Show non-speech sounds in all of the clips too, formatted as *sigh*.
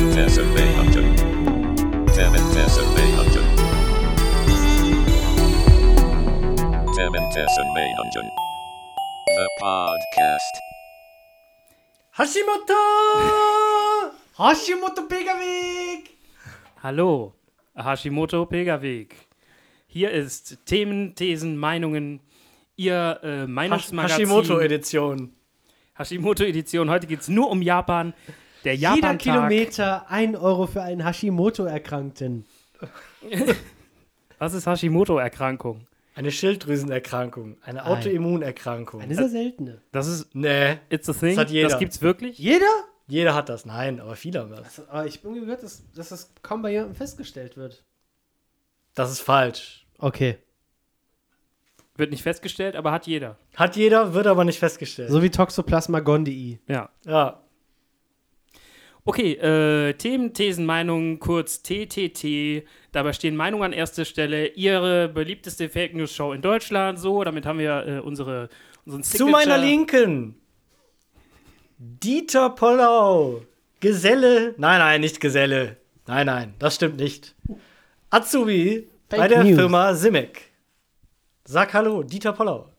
Fernsehunter. Themen Fernsehunter. Themen Fernsehunter. The podcast. 橋本 *laughs* 橋本ペガウィーク Hallo, Hashimoto Pilgerweg. Hier ist Themen, Thesen, Meinungen, Ihr äh, Meinungsmagazin. Hashimoto-Edition. Hashimoto Edition. Heute geht es nur um Japan. Der Jeder Japan-Tag. Kilometer 1 Euro für einen Hashimoto-Erkrankten. Was ist Hashimoto-Erkrankung? Eine Schilddrüsenerkrankung, eine Ein- Autoimmunerkrankung. Eine sehr seltene. Das ist, nee, it's a thing? Das hat jeder. Das gibt's wirklich? Jeder? jeder hat das. Nein, aber viele haben das. Das, aber Also, oh, ich habe irgendwie gehört, dass, dass das kaum bei jemandem festgestellt wird. Das ist falsch. Okay. Wird nicht festgestellt, aber hat jeder. Hat jeder, wird aber nicht festgestellt. So wie Toxoplasma gondii. Ja. Ja, Okay, äh, Themen, Thesen, Meinungen, kurz TTT. Dabei stehen Meinungen an erster Stelle. Ihre beliebteste Fake News Show in Deutschland. So, damit haben wir äh, unsere, unseren Zu meiner Signature- Linken. Dieter Pollau. Geselle. Nein, nein, nicht Geselle. Nein, nein, das stimmt nicht. Azubi Fake bei der News. Firma Simic. Sag Hallo, Dieter Pollau.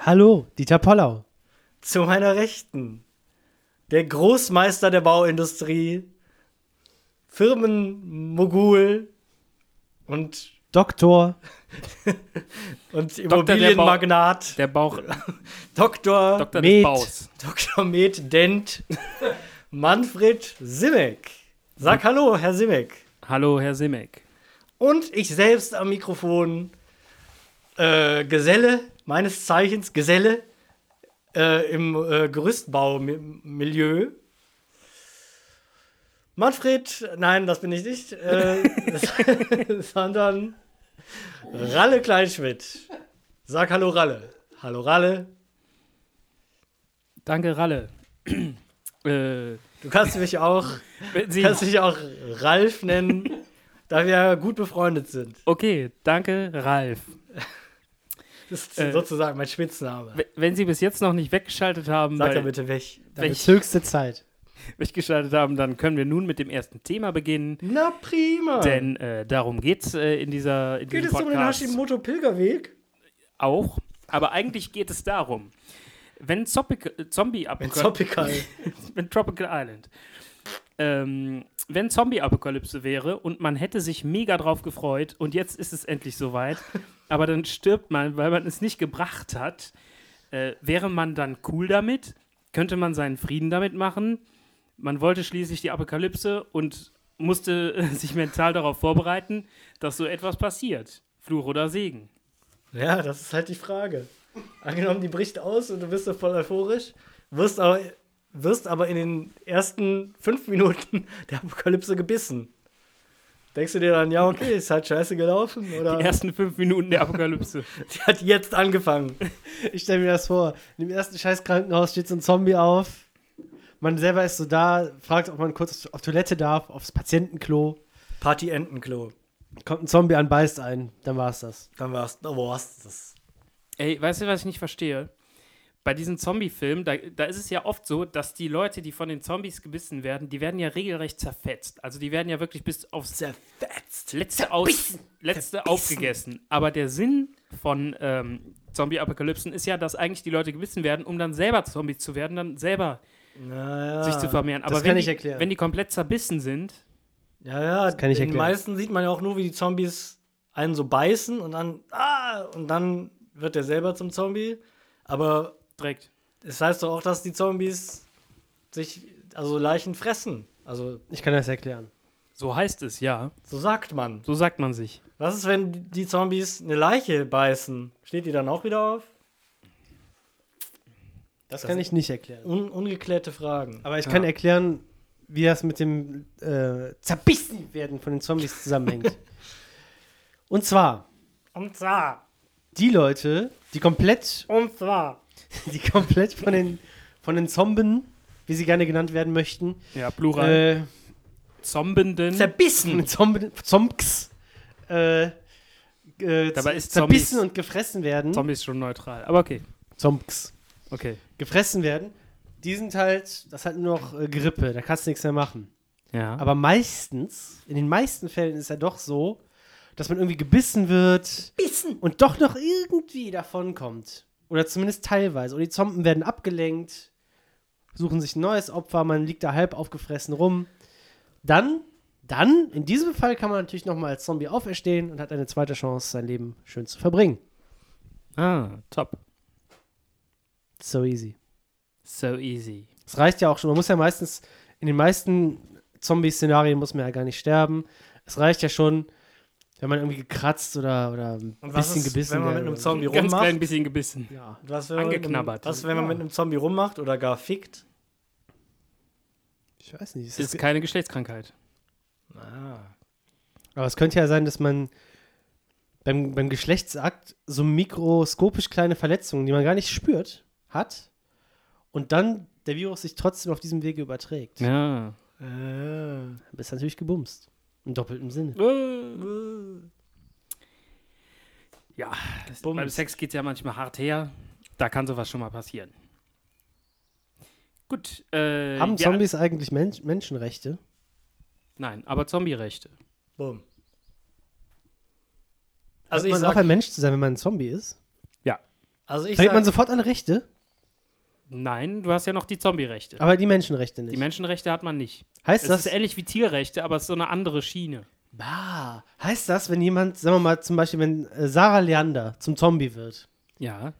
Hallo, Dieter Pollau. Zu meiner Rechten. Der Großmeister der Bauindustrie. Firmenmogul. Und, *laughs* Doktor. und der Immobilienmagnat. Der Bauch, Doktor. Doktor Met. des Baus. Dr. Med *laughs* Dent Manfred Simek. Sag Hallo, Herr Simek. Hallo, Herr Simek. Und ich selbst am Mikrofon, äh, Geselle, meines Zeichens Geselle, äh, im äh, Gerüstbaumilieu. Manfred, nein, das bin ich nicht, äh, *laughs* sondern Ralle Kleinschmidt. Sag Hallo, Ralle. Hallo, Ralle. Danke, Ralle. *clears throat* äh, Du kannst mich auch wenn Sie, kannst dich auch Ralf nennen, da wir gut befreundet sind. okay, danke, Ralf. Das ist Äh. sozusagen mein Spitzname. W- Wenn Sie bis jetzt noch nicht weggeschaltet haben, Sag da weil, bitte weg. Dann Welch- ist höchste Zeit. weggeschaltet haben, dann können wir nun mit dem ersten Thema beginnen. Na prima. Denn äh, darum geht es äh, in, dieser, in Geht diesem es um den Podcast Oh Hashimoto-Pilgerweg? auch. Aber eigentlich geht es darum, wenn äh, Zopic- Ein Zombie-Apokalypse Zopical. mit Tropical Island. Ähm, wenn Zombie-Apokalypse wäre und man hätte sich mega drauf gefreut und jetzt ist es endlich soweit, aber dann stirbt man, weil man es nicht gebracht hat, äh, wäre man dann cool damit? Könnte man seinen Frieden damit machen? Man wollte schließlich die Apokalypse und musste *laughs* äh, sich mental darauf vorbereiten, dass so etwas passiert. Fluch oder Segen. Ja, das ist halt die Frage. Angenommen, die bricht aus und du bist so voll euphorisch, wirst aber, wirst aber in den ersten fünf Minuten *laughs* der Apokalypse gebissen. Denkst du dir dann, ja, okay, ist halt scheiße gelaufen? Oder Die ersten fünf Minuten der Apokalypse. die hat jetzt angefangen. Ich stelle mir das vor. In dem ersten scheiß Krankenhaus steht so ein Zombie auf. Man selber ist so da, fragt, ob man kurz auf Toilette darf, aufs Patientenklo. Party-Entenklo. Kommt ein Zombie an, beißt ein. Dann war's das. Dann war's, da war's das. Ey, weißt du, was ich nicht verstehe? Bei diesen Zombie-Filmen, da, da ist es ja oft so, dass die Leute, die von den Zombies gebissen werden, die werden ja regelrecht zerfetzt. Also die werden ja wirklich bis aufs Zerfetzt. letzte, aus, letzte aufgegessen. Aber der Sinn von ähm, Zombie-Apokalypsen ist ja, dass eigentlich die Leute gebissen werden, um dann selber Zombies zu werden, dann selber Naja. sich zu vermehren. Aber Ah, das wenn, kann die, ich erklären. wenn die komplett zerbissen sind, Ja, ja. kann ich in den erklären. meisten sieht man ja auch nur, wie die Zombies einen so beißen und dann, ah, und dann wird der selber zum Zombie. Aber direkt. es heißt doch auch, dass die Zombies sich, also Leichen fressen. Also, Ich kann das erklären. So heißt es, ja. so sagt man. So sagt man sich. Was ist, wenn die Zombies eine Leiche beißen? Steht die dann auch wieder auf? Das, kann ich nicht erklären. Un ungeklärte Fragen. Aber ich kann erklären, wie das mit dem äh, Zerbissen werden von den *laughs* Zombies zusammenhängt. Und zwar, Und zwar, die Leute, die komplett, *laughs* und zwar. die komplett von den, von den Zomben, wie sie gerne genannt werden möchten, Ja, Plural. äh, Zombenden. von den Hm. Zerbissen! Zomben, Zomks, äh, äh, Dabei ist Zombies- zerbissen und gefressen werden. Zombies schon neutral. Aber okay. Zomks. Okay. gefressen werden, die sind halt, das hat nur noch äh, Grippe, da kannst du nichts mehr machen. Ja. Aber meistens, in den meisten Fällen ist ja doch so, dass man irgendwie gebissen wird und doch noch irgendwie davon kommt. Oder zumindest teilweise. Und die Zompen werden abgelenkt, suchen sich ein neues Opfer, man liegt da halb aufgefressen rum. Dann, dann, in diesem Fall kann man natürlich nochmal als Zombie auferstehen und hat eine zweite Chance, sein Leben schön zu verbringen. ah, top. So easy. So easy. Es reicht ja auch schon. Man muss ja meistens, in den meisten Zombie-Szenarien muss man ja gar nicht sterben. Es reicht ja schon, wenn man irgendwie gekratzt oder, oder ein Und was bisschen ist, gebissen wenn man mit wird einem oder so. Zombie Ganz rummacht? klein bisschen gebissen. Ja. Was, wenn man Mit Angeknabbert. einem, was, wenn man mit einem Zombie rummacht oder gar fickt? Ich weiß nicht. es Das ist keine Geschlechtskrankheit. Ah. Aber es könnte ja sein, dass man beim, beim Geschlechtsakt so mikroskopisch kleine Verletzungen, die man gar nicht spürt, hat und dann der Virus sich trotzdem auf diesem Wege überträgt. Ja. Äh. Dann bist du natürlich gebumst. Im doppelten Sinne. äh. Ja, das, Bums. beim Sex geht es ja manchmal hart her. Da kann sowas schon mal passieren. Gut. Äh, Haben ja, Zombies eigentlich Men Menschenrechte? Nein, aber Zombie-Rechte. Boom. Also Hört ich, man auch ein sag, Mensch zu sein, wenn man ein Zombie ist? Ja. also ich Verliert man sag, sofort alle Rechte, Nein, du hast ja noch die Zombie-Rechte. aber die Menschenrechte nicht. Die Menschenrechte hat man nicht. Ah, heißt Es das, ist ähnlich wie Tierrechte, aber es ist so eine andere Schiene. bah, heißt das, wenn jemand, sagen wir mal zum Beispiel, wenn äh, Sarah Leander zum Zombie wird, Ja.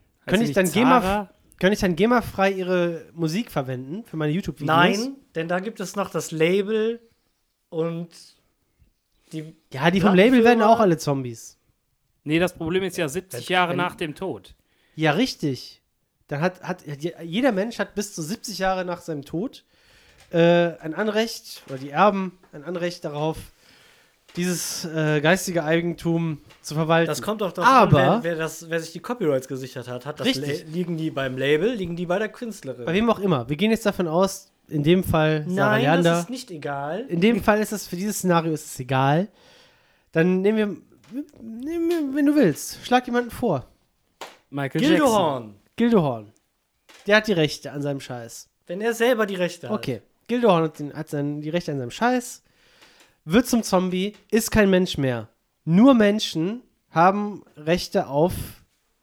Heißt Könnte ich sie dann Also nicht GEMA Zara? Könnte ich dann GEMA-frei ihre Musik verwenden für meine YouTube-Videos? nein, denn da gibt es noch das Label und die Ja, die vom Label werden auch alle Zombies. Nee, das Problem ist ja 70 Äh, Wenn- Jahre wenn- nach dem Tod. Ja, richtig. Dann hat, hat jeder Mensch hat bis zu 70 Jahre nach seinem Tod äh, ein Anrecht, oder die Erben ein Anrecht darauf, dieses äh, geistige Eigentum zu verwalten. Das kommt doch darauf Aber- an, wer, wer, das, wer sich die Copyrights gesichert hat. hat das Richtig. La- liegen die beim Label, liegen die bei der Künstlerin? Bei wem auch immer. Wir gehen jetzt davon aus, in dem Fall Sarah Nein, Leander. das ist nicht egal. in dem Fall ist es für dieses Szenario ist es egal. Dann nehmen wir, nehmen wir wenn du willst, schlag jemanden vor. Michael Jackson. Gildehorn, Gildehorn. Der hat die Rechte an seinem Scheiß. wenn er selber die Rechte hat. Okay. Gildehorn hat, den, hat sein, die Rechte an seinem Scheiß. Wird zum Zombie, ist kein Mensch mehr. Nur Menschen haben Rechte auf,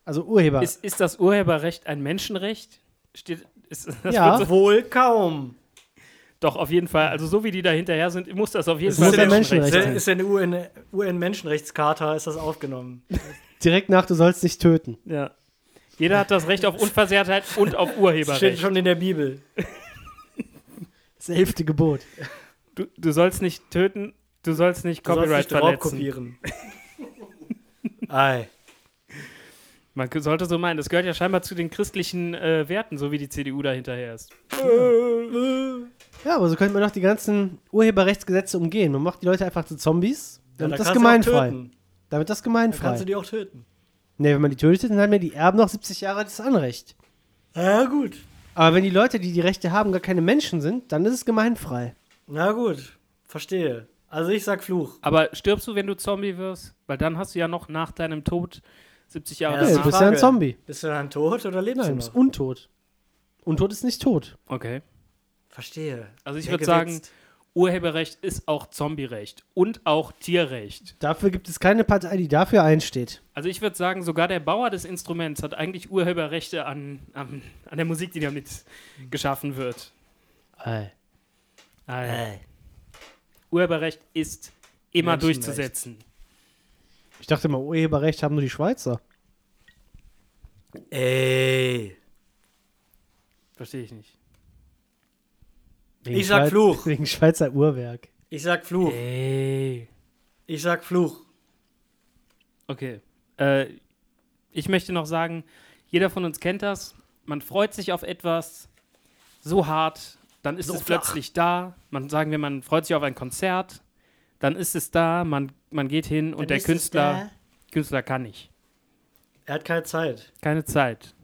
also Urheber. Ist, ist das Urheberrecht ein Menschenrecht? Steht, ist, das Ja. wird so, Wohl kaum. doch, auf jeden Fall. Also so wie die da hinterher sind, muss das auf jeden Es Fall muss ein Menschenrecht sein. sein. Ist ja eine UN, UN-Menschenrechtscharta, ist das aufgenommen. Direkt nach, du sollst nicht töten. Ja. Jeder hat das Recht auf Unversehrtheit und *laughs* auf Das steht Urheberrecht. schon in der Bibel. Das elfte Gebot. Du, du sollst nicht töten, du sollst nicht Du sollst Copyright nicht Raub verletzen. kopieren. *laughs* Ei. Man k- sollte so meinen, das gehört ja scheinbar zu den christlichen äh, Werten, so wie die CDU da hinterher ist. Ja, aber so könnte man doch die ganzen Urheberrechtsgesetze umgehen. Man macht die Leute einfach zu Zombies. Ja, Damit da kannst das du auch gemeinfrei. töten. Damit das Da kannst gemeinfrei. du die auch töten. Ne, wenn man die tötet, dann haben ja die Erben noch 70 Jahre das Anrecht. Na gut. Aber wenn die Leute, die die Rechte haben, gar keine Menschen sind, dann ist es gemeinfrei. Na gut. Verstehe. Also ich sag Fluch. Aber stirbst du, wenn du Zombie wirst? Weil dann hast du ja noch nach deinem Tod 70 Jahre das ist die danach. du bist ja ein Frage. Zombie. Bist du dann tot oder lebst Nein, du du noch? bist untot. Untot ist nicht tot. Okay. Verstehe. Also ich Wer würde sagen, gewächst? Urheberrecht ist auch Zombierecht und auch Tierrecht. Dafür gibt es keine Partei, die dafür einsteht. Also ich würde sagen, sogar der Bauer des Instruments hat eigentlich Urheberrechte an, an, an der Musik, die damit geschaffen wird. Äh. Alter. Urheberrecht ist immer Menschenrecht. durchzusetzen. Ich dachte mal, Urheberrecht haben nur die Schweizer. Ey. Verstehe ich nicht. Wegen Ich sag Schweiz- Fluch. Wegen Schweizer Uhrwerk. Ich sag Fluch. Ey. Ich sag Fluch. Okay. Äh, ich möchte noch sagen, jeder von uns kennt das. Man freut sich auf etwas so hart, dann ist So es flach. plötzlich da. Man sagen wir, man freut sich auf ein Konzert, dann ist es da, man, man geht hin und der Künstler, Künstler kann nicht. Er hat keine Zeit. Keine Zeit.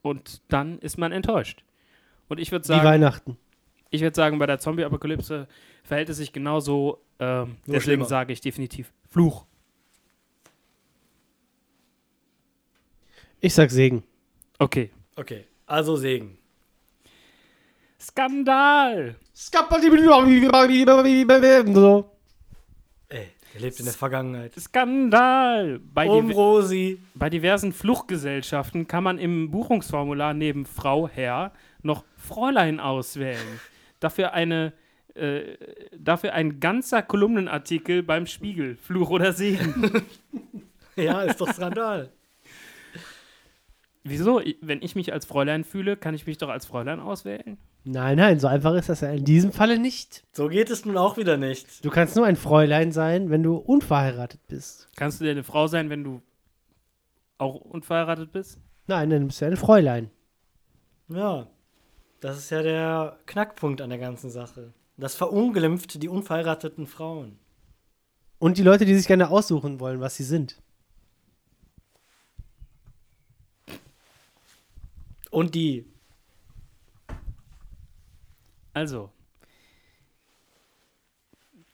Und dann ist man enttäuscht. Und ich würde Wie sagen, Weihnachten. ich würde sagen, bei der Zombie-Apokalypse verhält es sich genauso. Ähm, Nur deswegen schlimmer. sage ich definitiv Fluch. Ich sag Segen. Okay. Okay. Also Segen. Skandal! So. Ey, er lebt in der Vergangenheit. Skandal! Bei, Um div Rosi. bei diversen Fluchtgesellschaften kann man im Buchungsformular neben Frau Herr noch Fräulein auswählen. Dafür eine äh, dafür ein ganzer Kolumnenartikel beim Spiegel, Fluch oder Segen. Ja, ist doch Skandal. Wieso? I- Wenn ich mich als Fräulein fühle, kann ich mich doch als Fräulein auswählen? Nein, nein, so einfach ist das ja in diesem Falle nicht. So geht es nun auch wieder nicht. Du kannst nur ein Fräulein sein, wenn du unverheiratet bist. Kannst du denn eine Frau sein, wenn du auch unverheiratet bist? Nein, dann bist du ein Fräulein. Ja, das ist ja der Knackpunkt an der ganzen Sache. Das verunglimpft die unverheirateten Frauen. Und die Leute, die sich gerne aussuchen wollen, was sie sind. Und die. Also.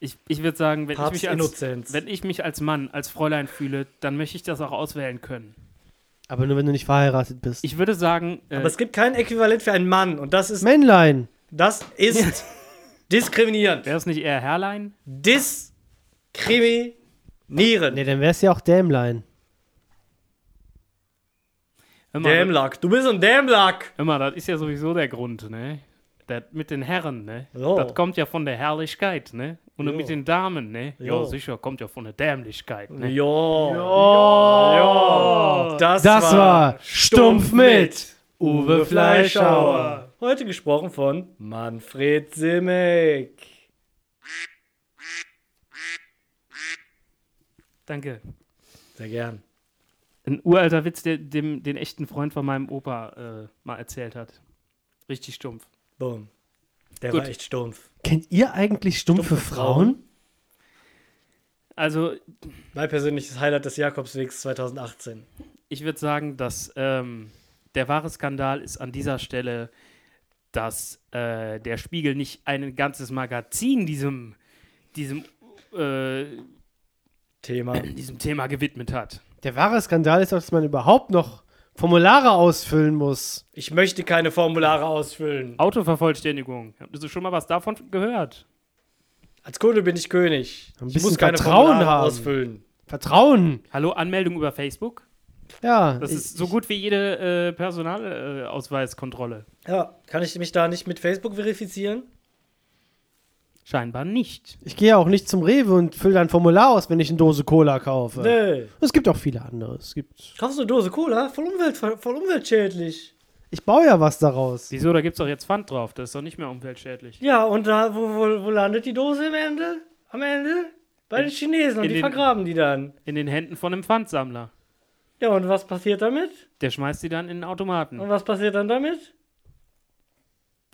Ich, ich würde sagen, wenn ich, Papst mich als, Innozenz. wenn ich mich als Mann, als Fräulein fühle, dann möchte ich das auch auswählen können. Aber nur, wenn du nicht verheiratet bist. Ich würde sagen, äh, Aber es gibt kein Äquivalent für einen Mann. Und das ist. Männlein. Das ist diskriminierend. wäre es nicht eher Herrlein? Nee, Diskriminierend. dann wär's ja auch Dämlein. Hör mal, Dämlack. Du bist ein Dämlack. hör mal, das ist ja sowieso der Grund, ne? Das mit den Herren, ne? Jo. Das kommt ja von der Herrlichkeit, ne? Und Jo. mit den Damen, ne? Ja, Jo. sicher, kommt ja von der Dämlichkeit, Ja. ne? Ja. Das, Das war Stumpf mit Uwe Fleischhauer. Fleischhauer. Heute gesprochen von Manfred Simmek. Danke. Sehr gern. Ein uralter Witz, der dem, den echten Freund von meinem Opa äh, mal erzählt hat. Richtig stumpf. Boom. Der Gut. war echt stumpf. Kennt ihr eigentlich stumpfe, Frauen? Also, Mein persönliches Highlight des Jakobswegs 2018. ich würde sagen, dass ähm, der wahre Skandal ist an dieser Stelle, dass äh, der Spiegel nicht ein ganzes Magazin diesem, diesem, äh, Thema. diesem Thema gewidmet hat. Der wahre Skandal ist doch, dass man überhaupt noch Formulare ausfüllen muss. Ich möchte keine Formulare ausfüllen. Autovervollständigung. Habt ihr schon mal was davon gehört? Als Kunde bin ich König. Ein Ich bisschen muss keine Vertrauen Formulare haben. ausfüllen. Vertrauen. Hallo, Anmeldung über Facebook? Ja. Das ich- ist so gut wie jede äh, Personalausweiskontrolle. Ja, kann ich mich da nicht mit Facebook verifizieren? Scheinbar nicht. Ich gehe ja auch nicht zum Rewe und fülle dann ein Formular aus, wenn ich eine Dose Cola kaufe. Nee. Es gibt auch viele andere. Es gibt. Kaufst du eine Dose Cola? Voll, umwelt, voll umweltschädlich. Ich baue ja was daraus. Wieso? Da gibt es doch jetzt Pfand drauf. Das ist doch nicht mehr umweltschädlich. Ja, und da, wo, wo, wo landet die Dose am Ende? Am Ende? Bei den Chinesen und in die den- vergraben die dann. In den Händen von einem Pfandsammler. Ja, und was passiert damit? Der schmeißt die dann in den Und Automaten. was passiert dann damit?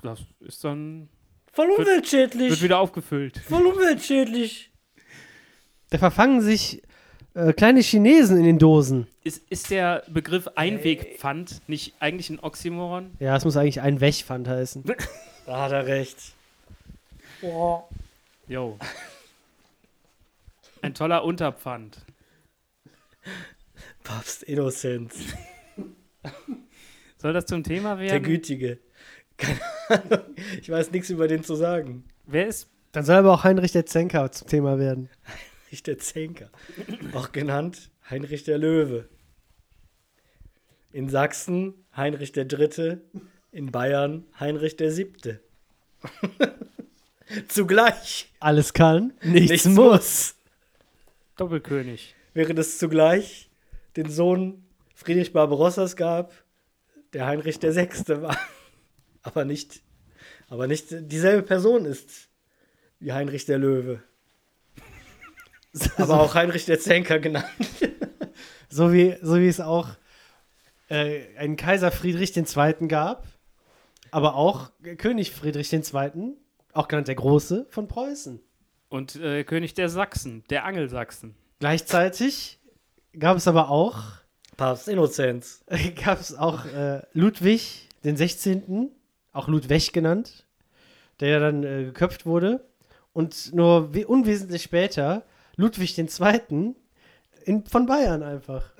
Das ist dann. Voll Wird- Wird umweltschädlich. wieder aufgefüllt. Voll umweltschädlich. Da verfangen sich äh, kleine Chinesen in den Dosen. Ist, ist der Begriff Einwegpfand nicht eigentlich ein Oxymoron? Ja, es muss eigentlich ein Wechpfand heißen. Da hat er recht. Jo. *laughs* Ein toller Unterpfand. Papst Innozenz, Soll das zum Thema der werden? Gütige. Keine Ahnung. Ich weiß nichts über den zu sagen. Wer ist Dann soll aber auch Heinrich der Zenker zum Thema werden. Heinrich der Zenker. Auch genannt Heinrich der Löwe. In Sachsen Heinrich der Dritte. In Bayern Heinrich der Siebte. *laughs* Zugleich. Alles kann, nichts, Nichts muss. muss. Doppelkönig? Während es zugleich den Sohn Friedrich Barbarossas gab, der Heinrich der Sechste war. *laughs* Aber nicht, aber nicht dieselbe Person ist wie Heinrich der Löwe. Aber auch Heinrich der Zenker genannt. So wie, so wie es auch äh, einen Kaiser Friedrich II. gab, aber auch König Friedrich II., auch genannt der Große von Preußen. Und äh, König der Sachsen, der Angelsachsen. Gleichzeitig gab es aber auch, Papst Innozenz. *laughs* gab es auch äh, Ludwig den 16., auch Ludwig genannt, der ja dann äh, geköpft wurde. Und nur we- unwesentlich später Ludwig II. In, von Bayern einfach.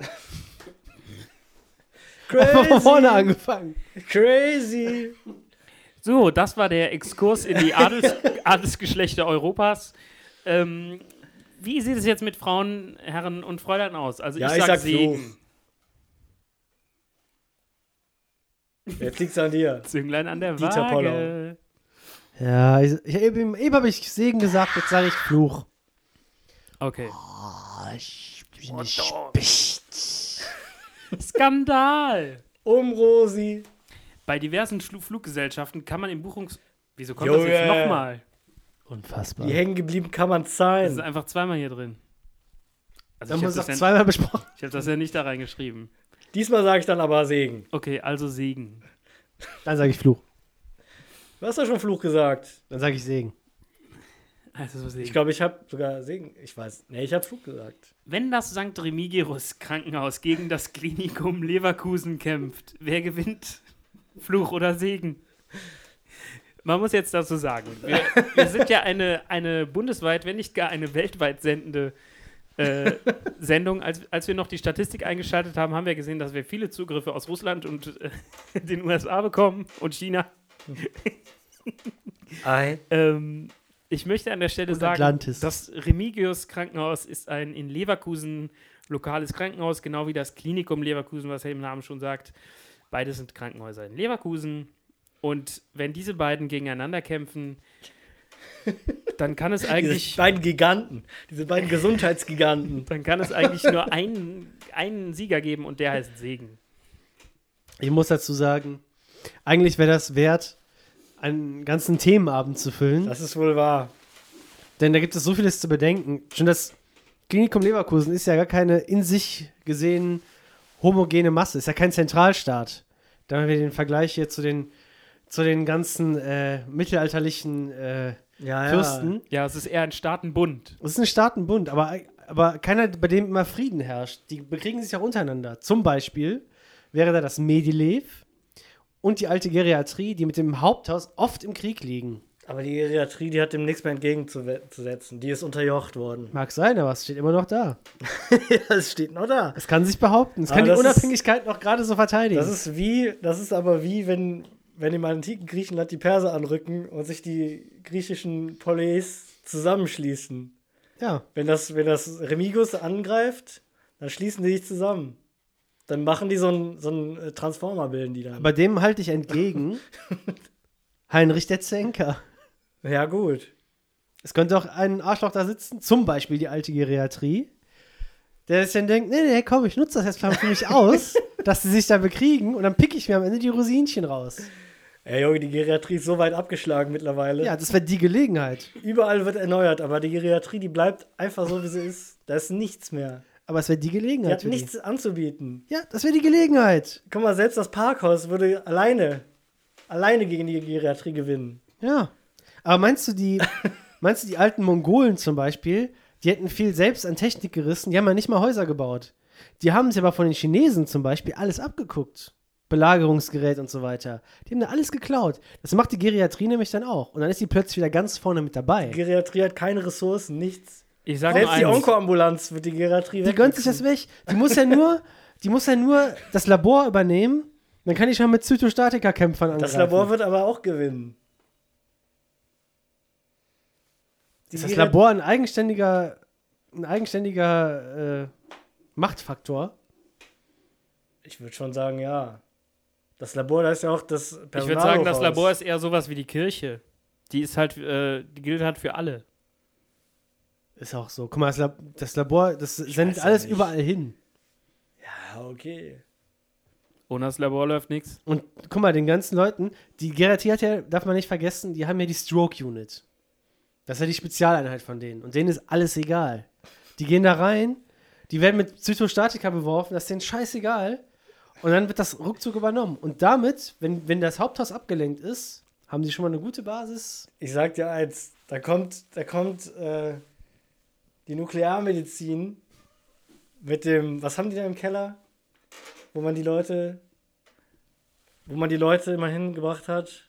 Äh, Einfach von vorne angefangen. Crazy. So, das war der Exkurs in *laughs* die Adels Adelsgeschlechter Europas. Ähm, wie sieht es jetzt mit Frauen, Herren und Fräulein aus? Also Ja, ich ich sag sag, Segen. Jetzt liegt's an dir. Zünglein an der Dieter Waage. Ja, ich, ich, eben, eben habe ich Segen gesagt, jetzt sage ich Fluch. Okay. Bin ich Skandal! Um Rosi. Bei diversen Schlu- Fluggesellschaften kann man im Buchungs... Wieso kommt das Junge. jetzt nochmal? unfassbar. Die hängen geblieben kann man Das ist zahlen. einfach zweimal hier drin. Also Da ich habe haben wir uns das, auch ja, zweimal besprochen. ich hab das ja nicht da reingeschrieben. Diesmal sage ich dann aber Segen. Okay, also Segen. Dann sage ich Fluch. Du hast ja schon Fluch gesagt. Dann sage ich Segen. Also Segen. Ich glaube, ich habe sogar Segen. Ich weiß. Nee, ich habe Fluch gesagt. Wenn das St. Remigius Krankenhaus gegen das Klinikum Leverkusen kämpft, wer gewinnt? Fluch oder Segen? Man muss jetzt dazu sagen, wir, wir sind ja eine, eine bundesweit, wenn nicht gar eine weltweit sendende äh, Sendung. Als, als wir noch die Statistik eingeschaltet haben, haben wir gesehen, dass wir viele Zugriffe aus Russland und äh, den USA bekommen und China. Ein. Ähm, ich möchte an der Stelle Und sagen, Atlantis. das Remigius Krankenhaus ist ein in Leverkusen lokales Krankenhaus, genau wie das Klinikum Leverkusen, was er im Namen schon sagt. Beides sind Krankenhäuser in Leverkusen. Und wenn diese beiden gegeneinander kämpfen, dann kann *laughs* es Diese eigentlich, beiden Giganten. Diese beiden Gesundheitsgiganten. dann kann es eigentlich nur einen, einen Sieger geben und der heißt Segen. Ich muss dazu sagen, eigentlich wäre das wert, einen ganzen Themenabend zu füllen. Das ist wohl wahr. Denn da gibt es so vieles zu bedenken. Schon das Klinikum Leverkusen ist ja gar keine in sich gesehen homogene Masse, ist ja kein Zentralstaat. Da haben wir den Vergleich hier zu den, zu den ganzen äh, mittelalterlichen Ah, äh, Ja, Fürsten. Ja, es ist eher ein Staatenbund. Es ist ein Staatenbund, aber, aber keiner, bei dem immer Frieden herrscht. Die bekriegen sich auch untereinander. Zum Beispiel wäre da das Medilev und die alte Geriatrie, die mit dem Haupthaus oft im Krieg liegen. Aber die Geriatrie, die hat dem nichts mehr entgegenzusetzen. Die ist unterjocht *laughs* worden. Mag sein, aber es steht immer noch da. das steht noch da. Es kann sich behaupten. Es kann Aber die das ist- Unabhängigkeit noch gerade so verteidigen. Das ist wie, das ist aber wie, wenn, wenn im antiken Griechenland die Perser anrücken und sich die griechischen Poleis zusammenschließen. ja. Wenn das, wenn das Remigus angreift, dann schließen die sich zusammen. Dann machen die so einen so einen, äh, Transformer, bilden die dann. Aber dem halte *laughs* ich entgegen Heinrich der Zenker. ja, gut. Es könnte auch ein Arschloch da sitzen, zum Beispiel die alte Geriatrie, der sich dann denkt, nee, nee, komm, ich nutze das jetzt mal *laughs* für mich aus, dass sie sich da bekriegen und dann picke ich mir am Ende die Rosinchen raus. Ey, Junge, die Geriatrie ist so weit abgeschlagen mittlerweile. Ja, das wäre die Gelegenheit. Überall wird erneuert, aber die Geriatrie, die bleibt einfach so, wie sie ist. Da ist nichts mehr. Aber es wäre die Die hat Gelegenheit. für nichts anzubieten. Die. Ja, das wäre die Gelegenheit. Guck mal, selbst das Parkhaus würde alleine, alleine gegen die Geriatrie gewinnen. Ja. Aber meinst *laughs* du, die, meinst du, die alten Mongolen zum Beispiel, die hätten viel selbst an Technik gerissen, die haben ja nicht mal Häuser gebaut. Die haben sich aber von den Chinesen zum Beispiel alles abgeguckt. Belagerungsgerät und so weiter. Die haben da alles geklaut. Das macht die Geriatrie nämlich dann auch. Und dann ist die plötzlich wieder ganz vorne mit Die dabei. Geriatrie hat keine Ressourcen, nichts. Ich sage nur Selbst die eins. Onkoambulanz wird die Geriatrie Die gönnt sich das weg. Die muss ja nur, die muss ja nur das Labor übernehmen. Dann kann ich schon mit Zytostatika-Kämpfern angreifen. Das Labor wird aber auch gewinnen. Die ist das Geriat- Labor ein eigenständiger, ein eigenständiger äh, Machtfaktor? Ich würde schon sagen, ja. Das Labor, da ist ja auch das Personal. Ich würde sagen, das Labor ist eher sowas wie die Kirche. Die ist halt, äh, die gilt halt für alle. Ist auch so. Guck mal, das, Lab das Labor, das weiß sendet ja alles nicht. überall hin. Ja, Ah, okay. Ohne das Labor läuft nichts. Und guck mal, den ganzen Leuten, die Geriatrie hat ja, darf man nicht vergessen, die haben ja die Stroke Unit. Das ist ja die Spezialeinheit von denen. Und denen ist alles egal. Die gehen da rein, die werden mit Zytostatika beworfen, das ist denen scheißegal. Und dann wird das ruckzuck übernommen. Und damit, wenn, wenn das Haupthaus abgelenkt ist, haben sie schon mal eine gute Basis. Ich sag dir eins, da kommt, da kommt äh, die Nuklearmedizin mit dem, was haben die da im Keller? Wo man die Leute, wo man die Leute immer hingebracht hat.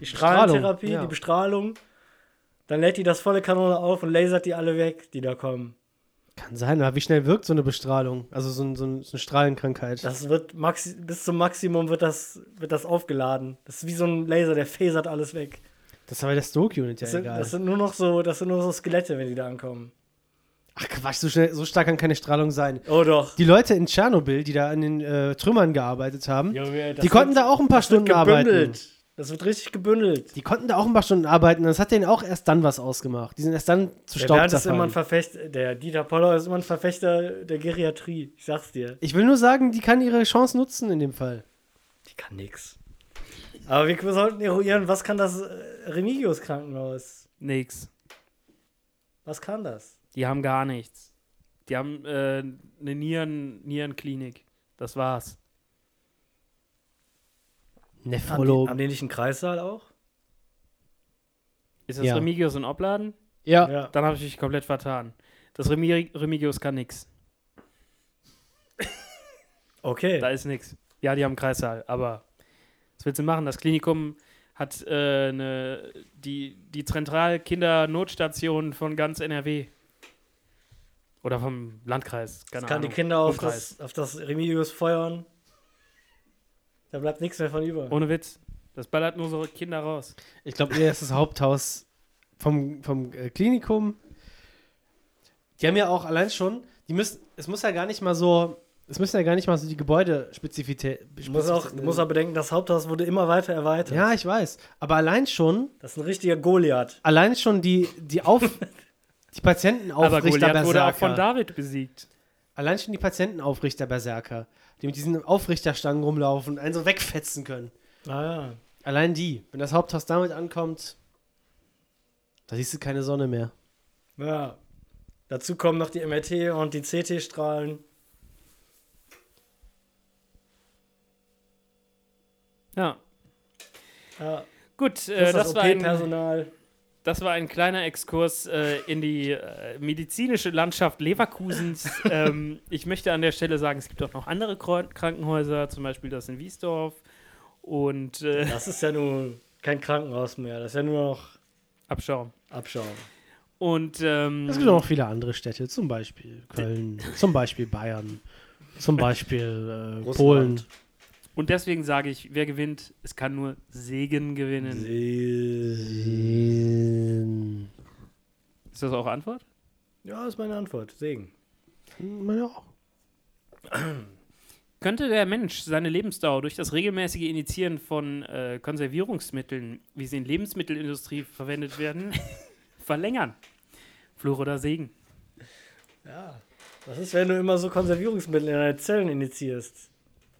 Die Strahlentherapie, Bestrahlung, ja. die Bestrahlung. Dann lädt die das volle Kanone auf und lasert die alle weg, die da kommen. Kann sein, aber wie schnell wirkt so eine Bestrahlung? Also so, ein, so, ein, so eine Strahlenkrankheit. Das wird maxi bis zum Maximum wird das, wird das aufgeladen. Das ist wie so ein Laser, der phasert alles weg. Das ist aber der Stoke-Unit ja Das sind, egal. das sind nur noch so, das sind nur noch so Skelette, wenn die da ankommen. Ach Quatsch, so, schnell, so stark kann keine Strahlung sein. Oh doch. Die Leute in Tschernobyl, die da an den äh, Trümmern gearbeitet haben, Junge, das die konnten wird- da auch ein paar das wird Stunden arbeiten. Das wird richtig gebündelt. Die konnten da auch ein paar Stunden arbeiten. Das hat denen auch erst dann was ausgemacht. Die sind erst dann zu Der Staub Bernd ist immer ein zerfallen. Verfechter, der Dieter Poller ist immer ein Verfechter der Geriatrie. Ich sag's dir. Ich will nur sagen, die kann ihre Chance nutzen in dem Fall. Die kann nix. Aber wir sollten eruieren, was kann das äh, Remigius Krankenhaus? Nix. Was kann das? Die haben gar nichts. Die haben äh, eine Nieren, Nierenklinik. Das war's. Haben die, Nephrologen. haben die nicht einen Kreissaal auch? Ist das Ja. Remigius in Opladen? Ja. Dann habe ich mich komplett vertan. Das Remi Remigius kann nix. Okay. Da ist nix. Ja, die haben einen Kreissaal, aber was willst du machen? Das Klinikum hat äh, eine, die, die Zentralkindernotstation von ganz NRW. Oder vom Landkreis. Keine das kann Ahnung. die Kinder auf Umkreis. das, auf das Remigius feuern. Da bleibt nichts mehr von über. Ohne Witz. Das ballert nur so Kinder raus. Ich glaube, ihr ist das Haupthaus vom, vom äh, Klinikum. Die haben ja auch allein schon, die müssen, es muss ja gar nicht mal so, es müssen ja gar nicht mal so die Gebäudespezifität. Du musst, auch, du musst auch bedenken, das Haupthaus wurde immer weiter erweitert. ja, ich weiß. Aber allein schon, Das ist ein richtiger Goliath. allein schon die, die *laughs* auf, die Aber Patientenaufrichter Goliath wurde auch von Berserker. David besiegt. Allein schon die Patientenaufrichter Berserker, die mit diesen Aufrichterstangen rumlaufen und einen so wegfetzen können. Ah, Allein die, wenn das Haupthaus damit ankommt, da siehst du keine Sonne mehr. ja. ja. Dazu kommen noch die MRT und die CT-Strahlen. Ja. Ja. Gut, Das, äh, das, das war ein, OP-Personal. das war ein kleiner Exkurs äh, in die äh, medizinische Landschaft Leverkusens. ähm, ich möchte an der Stelle sagen, es gibt auch noch andere Kreu- Krankenhäuser, zum Beispiel das in Wiesdorf. Und äh, *laughs* Das ist ja nun kein Krankenhaus mehr. Das ist ja nur noch Abschaum. Abschauen. Und ähm, Es gibt auch noch viele andere Städte, zum Beispiel Köln, *laughs* zum Beispiel Bayern, zum Beispiel äh, Russland. Polen. und deswegen sage ich, wer gewinnt, es kann nur Segen gewinnen. Ist das eure Antwort? Ja, ist meine Antwort. Segen. Meine auch. Könnte der Mensch seine Lebensdauer durch das regelmäßige Initiieren von äh, Konservierungsmitteln, wie sie in Lebensmittelindustrie verwendet werden, verlängern? Fluch oder Segen? Ja. Das ist, wenn du immer so Konservierungsmittel in deine Zellen injizierst.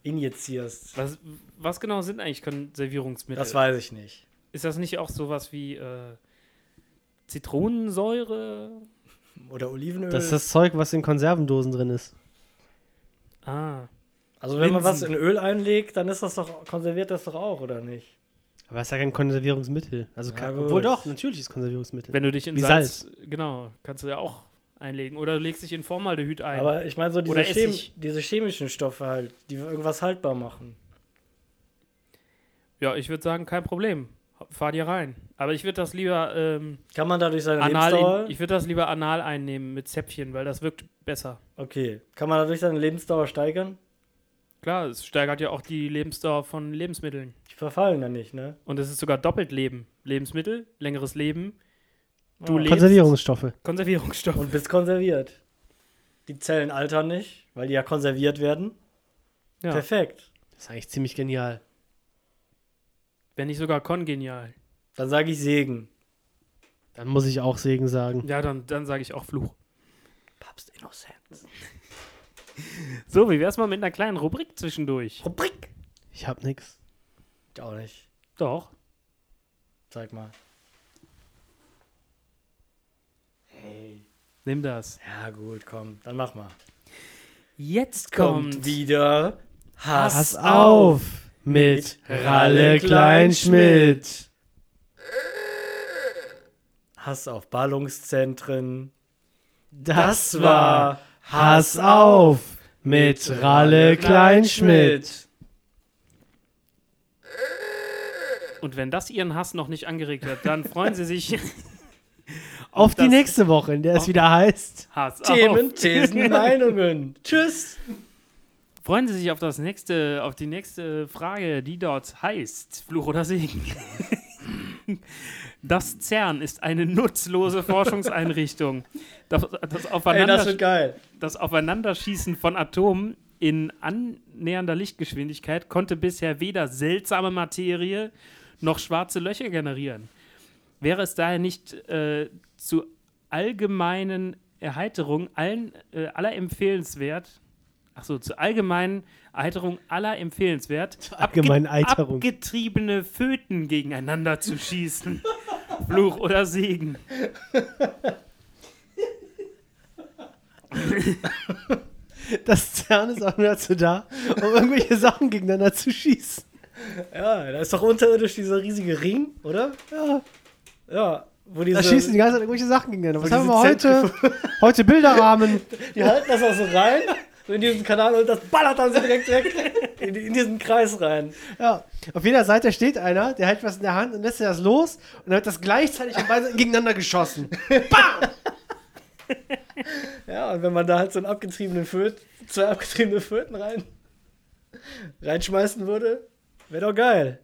Injizierst. Was, was genau sind eigentlich Konservierungsmittel? Das weiß ich nicht. Ist das nicht auch sowas wie äh, Zitronensäure? Oder Olivenöl. Das ist das Zeug, was in Konservendosen drin ist. Ah, also wenn man was Linsen. in Öl einlegt, dann ist das doch, konserviert das doch auch, oder nicht? Aber es ist ja kein Konservierungsmittel. Also Ja, kein, gut. obwohl doch, natürlich ist Konservierungsmittel. wenn du dich in Wie Salz, Genau, kannst du ja auch einlegen. Oder du legst dich in Formaldehyd ein. Aber ich meine so diese, Oder Chem Essig. diese chemischen Stoffe halt, die irgendwas haltbar machen. ja, ich würde sagen, kein Problem. Fahr dir rein. Aber ich würde das lieber ähm, Kann man dadurch seine anal, Lebensdauer... in, ich würde das lieber anal einnehmen mit Zäpfchen, weil das wirkt besser. okay. Kann man dadurch seine Lebensdauer steigern? Klar, es steigert ja auch die Lebensdauer von Lebensmitteln. Die verfallen dann nicht, ne? Und es ist sogar doppelt Leben. Lebensmittel, längeres Leben. Du Ah. lebst. Konservierungsstoffe. Konservierungsstoff. Und bist konserviert. Die Zellen altern nicht, weil die ja konserviert werden. Ja. Perfekt. Das ist eigentlich ziemlich genial. Wenn nicht sogar kongenial. Dann sage ich Segen. Dann muss ich auch Segen sagen. Ja, dann, dann sage ich auch Fluch. Papst Innocent. *laughs* So, wie wär's mal mit einer kleinen Rubrik zwischendurch? Rubrik. Ich hab nix. Ich auch nicht. Doch. Zeig mal. Hey. Nimm das. Ja, gut, komm. Dann mach mal. Jetzt kommt, wieder Hass, Pass auf mit Ralle Kleinschmidt. Hass auf Ballungszentren. Das war Hass auf mit Ralle Kleinschmidt. *laughs* Und wenn das Ihren Hass noch nicht angeregt hat, dann freuen Sie sich Auf die das- nächste Woche, in der es wieder heißt. Hass Themen, auf. *laughs* Thesen, Meinungen. Tschüss. Freuen Sie sich auf das nächste, auf die nächste Frage, die dort heißt: Fluch oder Segen? Das CERN ist eine nutzlose Forschungseinrichtung. Das, das, Ey, Aufeinander, das wird geil. das Aufeinanderschießen von Atomen in annähernder Lichtgeschwindigkeit konnte bisher weder seltsame Materie noch schwarze Löcher generieren. Wäre es daher nicht äh, zu allgemeinen Erheiterung allen, äh, aller empfehlenswert, ach so, zur allgemeinen Erheiterung aller empfehlenswert, allgemeinen abge- Eiterung. abgetriebene Föten gegeneinander zu schießen? Fluch oder Segen? Das CERN ist auch nur dazu da, um irgendwelche Sachen gegeneinander zu schießen. Ja, da ist doch unterirdisch dieser riesige Ring, oder? Ja, Ja, wo diese, da schießen die ganze Zeit irgendwelche Sachen gegeneinander. Was Und haben wir diese heute? Heute Bilderrahmen. die halten das auch so rein so in diesen Kanal und das ballert dann so direkt weg in, in diesen Kreis rein. Ja. Auf jeder Seite steht einer, der hält was in der Hand und lässt das los und dann wird das gleichzeitig an beiden Seiten *laughs* gegeneinander geschossen. Ja, und wenn man da halt so einen abgetriebenen Föt, zwei abgetriebene Föten rein reinschmeißen würde, wäre doch geil.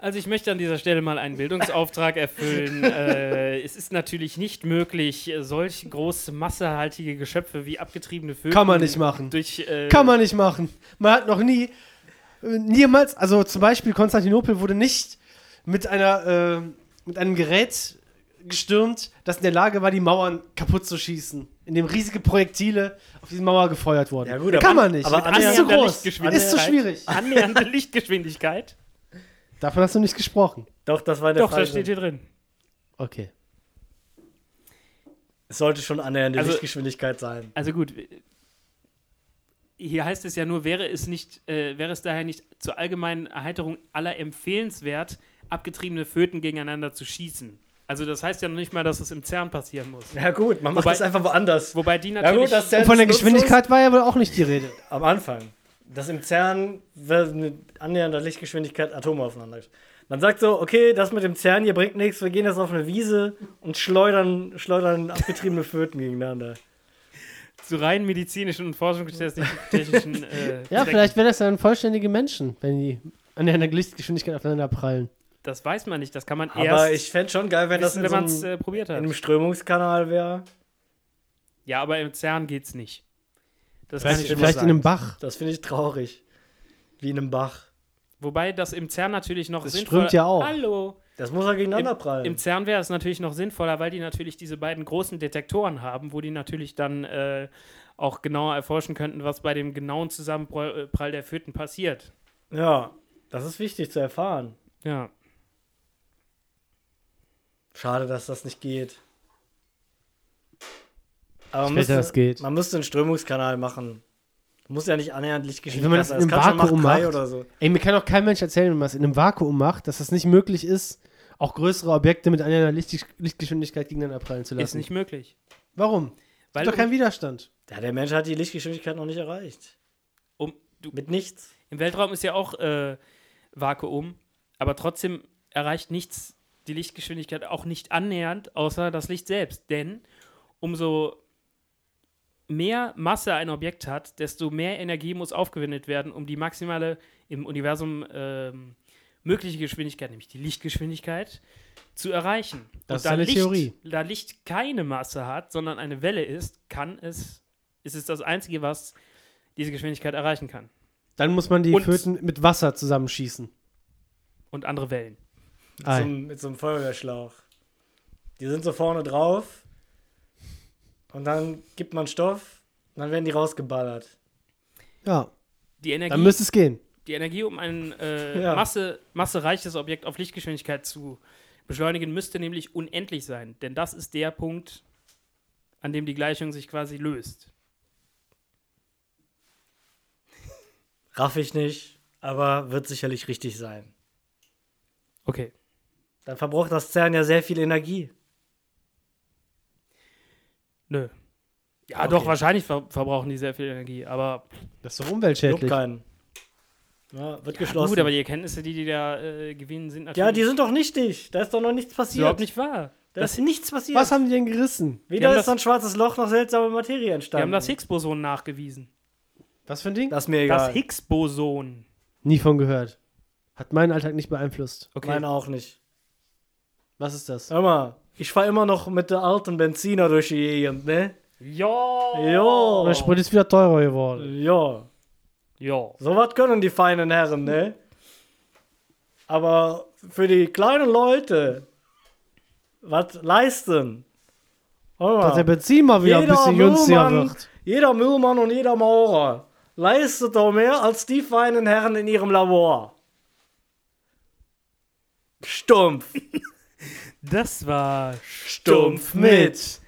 Also ich möchte an dieser Stelle mal einen Bildungsauftrag *laughs* erfüllen. äh, es ist natürlich nicht möglich, äh, solch große massehaltige Geschöpfe wie abgetriebene Vögel Kann man nicht machen. durch äh, Kann man nicht machen. Man hat noch nie, äh, niemals, also zum Beispiel Konstantinopel wurde nicht mit einer, äh, mit einem Gerät gestürmt, das in der Lage war, die Mauern kaputt zu schießen, indem riesige Projektile auf diese Mauer gefeuert wurden. Ja, gut, aber- Kann man nicht. aber ist zu annähernder groß. Lichtgeschwindigkeit. Ist zu schwierig. *laughs* annähernde Lichtgeschwindigkeit. Davon hast du nicht gesprochen. Doch, das war der Doch, Frage. das steht hier drin. Okay. Es sollte schon annähernde Also- Lichtgeschwindigkeit sein. Also gut. Hier heißt es ja nur, wäre es nicht, äh, wäre es daher nicht zur allgemeinen Erheiterung aller empfehlenswert, abgetriebene Föten gegeneinander zu schießen. Also das heißt ja noch nicht mal, dass es im CERN passieren muss. Ja gut, man macht Wobei- das einfach woanders. Wobei die ja natürlich gut, das Und von der Geschwindigkeit war ja wohl auch nicht die Rede. Am Anfang. Das im CERN wird mit annähernder Lichtgeschwindigkeit Atome aufeinander. Man sagt so, okay, das mit dem CERN hier bringt nichts, wir gehen jetzt auf eine Wiese und schleudern, schleudern abgetriebene Föten *laughs* gegeneinander. zu rein medizinischen und forschungstechnischen äh, *laughs* Ja, Zwecken. vielleicht wären das dann vollständige Menschen, wenn die an der Lichtgeschwindigkeit aufeinander prallen. Das weiß man nicht, das kann man Aber erst ich fände schon geil, wenn das in wissen, wenn so man es einem, äh, probiert in hat. einem Strömungskanal wäre. Ja, aber im CERN geht's nicht. Das Weiß kann ich ich schon nicht. Vielleicht in einem Bach. Das finde ich traurig. Wie in einem Bach. Wobei das im CERN natürlich noch Das sinnvoller strömt ja auch. Hallo. Das muss er gegeneinander prallen. Im CERN wäre es natürlich noch sinnvoller, weil die natürlich diese beiden großen Detektoren haben, wo die natürlich dann äh, auch genauer erforschen könnten, was bei dem genauen Zusammenprall äh, der Föten passiert. ja, das ist wichtig zu erfahren. Ja. Schade, dass das nicht geht. Aber man Ich müsste- wette, das geht. Man müsste einen Strömungskanal machen. Muss ja nicht annähernd Lichtgeschwindigkeit Wenn man das sein. in einem kann schon Vakuum Mach drei macht. oder so. Ey, mir kann auch kein Mensch erzählen, wenn man es in einem Vakuum macht, dass das nicht möglich ist, auch größere Objekte mit einer Lichtgesch- Lichtgeschwindigkeit gegeneinander prallen zu lassen. Ist nicht möglich. Warum? Weil Weil doch kein Widerstand. Ja, der Mensch hat die Lichtgeschwindigkeit noch nicht erreicht. Um, du, Mit nichts. Im Weltraum ist ja auch äh, Vakuum, aber trotzdem erreicht nichts die Lichtgeschwindigkeit auch nicht annähernd, außer das Licht selbst. Denn umso mehr Masse ein Objekt hat, desto mehr Energie muss aufgewendet werden, um die maximale im Universum ähm, mögliche Geschwindigkeit, nämlich die Lichtgeschwindigkeit, zu erreichen. Das ist eine Licht, Theorie. Da Licht keine Masse hat, sondern eine Welle ist, kann es, ist es das Einzige, was diese Geschwindigkeit erreichen kann. Dann muss man die Und- Föten mit Wasser zusammenschießen. und andere Wellen. Mit so, Ei. einem, mit so einem Feuerwehrschlauch. Die sind so vorne drauf. Und dann gibt man Stoff. Und dann werden die rausgeballert. Ja, Die dann Energie, müsste es gehen. die Energie um ein äh, Ja. Masse, massereiches Objekt auf Lichtgeschwindigkeit zu beschleunigen, müsste nämlich unendlich sein. Denn das ist der Punkt, an dem die Gleichung sich quasi löst. Raff ich nicht. Aber wird sicherlich richtig sein. Okay. Dann verbraucht das CERN ja sehr viel Energie. Nö. Ja, Okay. doch, wahrscheinlich ver verbrauchen die sehr viel Energie. Aber Das ist doch Juckt umweltschädlich. keinen. Ja, wird geschlossen. gut, aber die Erkenntnisse, die die da äh, gewinnen, sind natürlich ja, die sind doch nichtig. Da ist doch noch nichts passiert. überhaupt nicht wahr. Da ist nichts passiert. Was haben die denn gerissen? Weder haben ist das- so ein schwarzes Loch noch seltsame Materie Wir entstanden. haben das Higgs-Boson nachgewiesen. Was für ein Ding? das ist mir Das egal. Higgs-Boson. Nie von gehört. Hat meinen Alltag nicht beeinflusst. Okay. Nein, auch nicht. Was ist das? Hör mal, ich fahre immer noch mit der alten Benziner durch die Gegend, ne? Ja. Jo. Der Sprit ist wieder teurer geworden. Ja. Ja. Sowas können die feinen Herren, ne? Aber für die kleinen Leute was leisten. Hör mal. Dass der Benzin mal wieder ein bisschen günstiger wird. jeder Müllmann und jeder Maurer leistet doch mehr als die feinen Herren in ihrem Labor. Stumpf, Das war stumpf mit.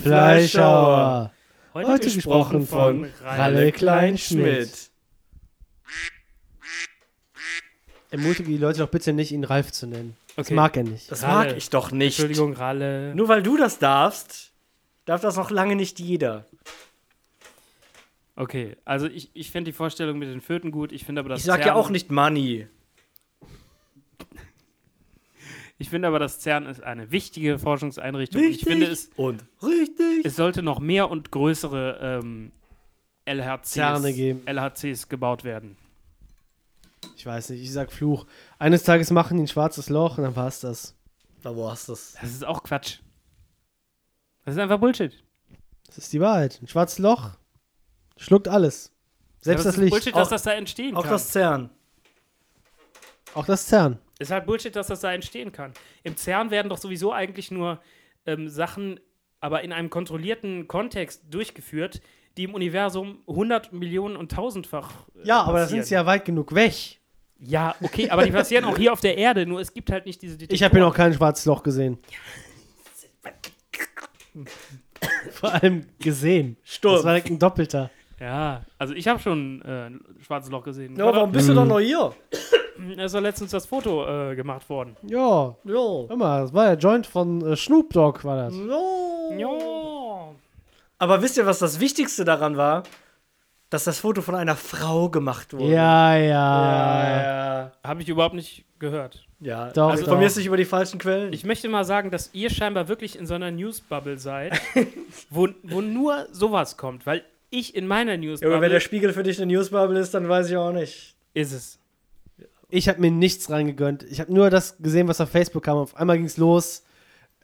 Fleischhauer. Fleischhauer. heute, Heute gesprochen von Ralle Kleinschmidt. Ermutige die Leute doch bitte nicht, ihn Ralf zu nennen. Das Okay. mag er nicht. Das Ralle. mag ich doch nicht. Entschuldigung, Ralle. Nur weil du das darfst, darf das noch lange nicht jeder. Okay, also ich, ich fände die Vorstellung mit den Föten gut. Ich finde aber das Ich sag ja Zerren- auch nicht Money. Ich finde aber, das CERN ist eine wichtige Forschungseinrichtung. Und Ich finde, es, und richtig. es sollte noch mehr und größere ähm, LHCs, Zerne geben. LHCs gebaut werden. Ich weiß nicht, ich sag Fluch. Eines Tages machen die ein schwarzes Loch und dann war's das. Da wo hast du's? Das ist auch Quatsch. Das ist einfach Bullshit. Das ist die Wahrheit. Ein schwarzes Loch schluckt alles. Aber Selbst es das ist Licht. Bullshit, Auch- dass das da entstehen Auch kann. das CERN. Auch das CERN. Es ist halt Bullshit, dass das da entstehen kann. Im CERN werden doch sowieso eigentlich nur ähm, Sachen, aber in einem kontrollierten Kontext durchgeführt, die im Universum 100 Millionen und tausendfach. äh, Ja, aber das passieren. sind sie ja weit genug weg. Ja, okay, aber die passieren auch hier auf der Erde, nur es gibt halt nicht diese Ich habe hier noch kein schwarzes Loch gesehen. Vor allem gesehen. Das war Stumpf. direkt ein doppelter. Ja, also ich habe schon äh, ein schwarzes Loch gesehen. Ja, warum bist du Mhm. doch noch hier? Da ist doch letztens das Foto äh, gemacht worden. Ja, Jo. hör mal, das war der Joint von äh, Snoop Dogg, war das. Jo. Ja. Aber wisst ihr, was das Wichtigste daran war? Dass das Foto von einer Frau gemacht wurde. Ja, ja. Ja, Habe ich überhaupt nicht gehört. ja. Doch, also doch. informierst dich über die falschen Quellen. Ich möchte mal sagen, dass ihr scheinbar wirklich in so einer News-Bubble *laughs* seid, wo, wo nur sowas kommt, weil ich in meiner Junge, wenn der News-Bubble Spiegel für dich eine Newsbubble ist, dann weiß ich auch nicht. ist es. Ich habe mir nichts reingegönnt. Ich habe nur das gesehen, was auf Facebook kam. Auf einmal ging's los.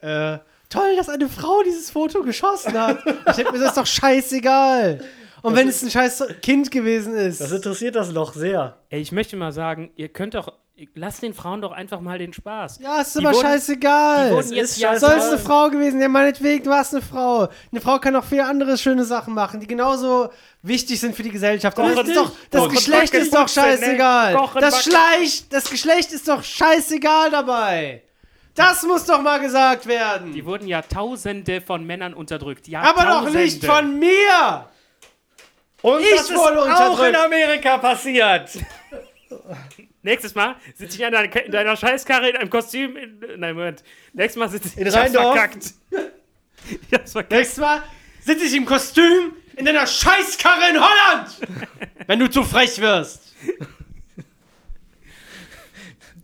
Äh, toll, dass eine Frau dieses Foto geschossen hat. ich denke mir, das ist doch scheißegal. Und wenn es ein scheiß Kind gewesen ist. Das interessiert das Loch sehr. Ey, ich möchte mal sagen, ihr könnt doch, lasst den Frauen doch einfach mal den Spaß. ja, ist Die aber wurden- die scheißegal. wurden jetzt ist ja Soll es scheißegal. eine Frau gewesen? Ja, meinetwegen, du warst eine Frau. Eine Frau kann auch viele andere schöne Sachen machen, die genauso wichtig sind für die Gesellschaft. Aber das, Richtig. ist doch, das Kochen, Geschlecht backen, ist doch putzen, ne? scheißegal. Kochen, Das, backen. Schleich, das Geschlecht ist doch scheißegal dabei. Das muss doch mal gesagt werden. Die wurden Jahrtausende von Männern unterdrückt. Aber Jahrtausende. doch nicht von mir. Und Ich das ist wurde auch unterdrückt. in Amerika passiert. Nächstes Mal sitze ich in deiner, in deiner Scheißkarre in einem Kostüm. In, nein, Moment. Nächstes Mal sitze ich In ich hab's Rheindorf. *laughs* verkackt. Ich hab's verkackt. Nächstes Mal sitze ich im Kostüm in deiner Scheißkarre in Holland. wenn du zu frech wirst.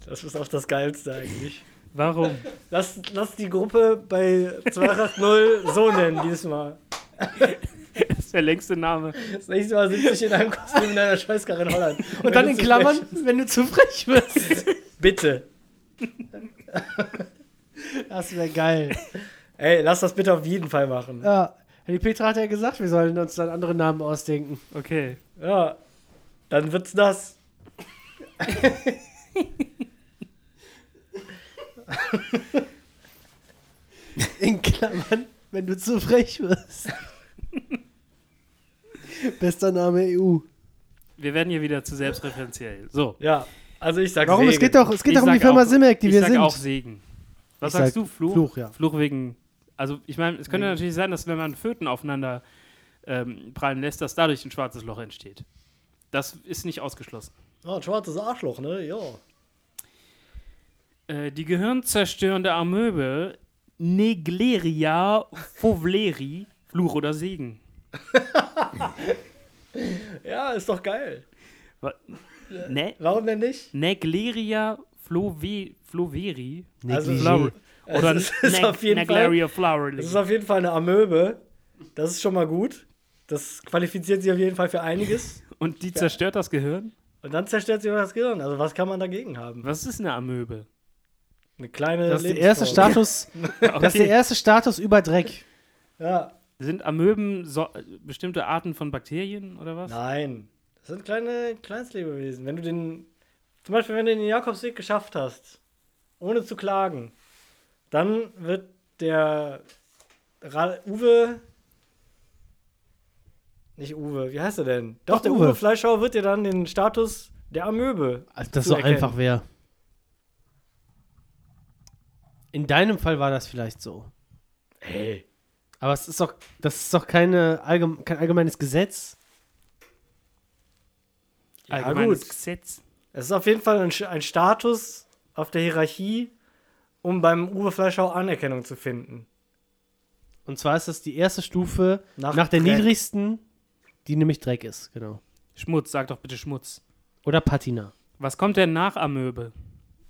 Das ist auch das Geilste eigentlich. Warum? Lass, lass die Gruppe bei 280 so nennen diesmal. Das ist der längste Name. Das nächste Mal sitze ich in einem Kostüm in einer Scheißkarre in Holland. Und dann in Klammern, wenn du zu frech wirst. Bitte. Das wäre geil. Ey, lass das bitte auf jeden Fall machen. Ja, die Petra hat ja gesagt, wir sollen uns dann andere Namen ausdenken. Okay. Ja. Dann wird's das. In Klammern, wenn du zu frech *laughs* wirst. Bester Name E EU. Wir werden hier wieder zu selbstreferenziell. So. Ja. Also ich sag Warum? Es Segen. geht doch, es geht Ich doch um die sag Firma auch- Simek, die ich wir sag sind. auch Segen. Was Ich sagst sag du? Fluch? Fluch, ja. Fluch wegen. Also, ich meine, es könnte natürlich sein, dass wenn man Föten aufeinander ähm, prallen lässt, dass dadurch ein schwarzes Loch entsteht. Das ist nicht ausgeschlossen. Oh, ein schwarzes Arschloch, ne? Ja. Äh, die gehirnzerstörende Amöbe Negleria Fovleri, Fluch oder Segen. Ja, ist doch geil. Wa- Ne? Warum denn nicht? Negleria Flove Floveri. Also, Negligé. Oder Oder es ist auf jeden Fall, Naglaria Flowerly. es ist auf jeden Fall eine Amöbe. Das ist schon mal gut. Das qualifiziert sie auf jeden Fall für einiges. Und die zerstört das Gehirn? Und dann zerstört sie das Gehirn. Also was kann man dagegen haben? Was ist eine Amöbe? Eine kleine Das ist der erste Lebensform. Status, *laughs* das ist der *laughs* Okay. erste Status über Dreck. Ja. Sind Amöben so, äh, bestimmte Arten von Bakterien oder was? Nein. Das sind kleine Kleinstlebewesen. Wenn du den, zum Beispiel, wenn du den Jakobsweg geschafft hast, ohne zu klagen, dann wird der Ra Uwe, nicht Uwe, wie heißt er denn? Doch, Doch, der Uwe. Uwe. Fleischhauer wird dir dann den Status der Amöbe. Als das zu so erkennen. einfach wäre. In deinem Fall war das vielleicht so. Hey. Aber es ist doch, das ist doch keine allgeme kein allgemeines Gesetz. Allgemeines gut. Gesetz. Es ist auf jeden Fall ein, Sch- ein Status auf der Hierarchie, um beim Uwe Fleischhauer Anerkennung zu finden. Und zwar ist das die erste Stufe nach, Nach der Dreck. niedrigsten, die nämlich Dreck ist, genau. Schmutz, sag doch bitte Schmutz. Oder Patina. Was kommt denn nach Amöbe?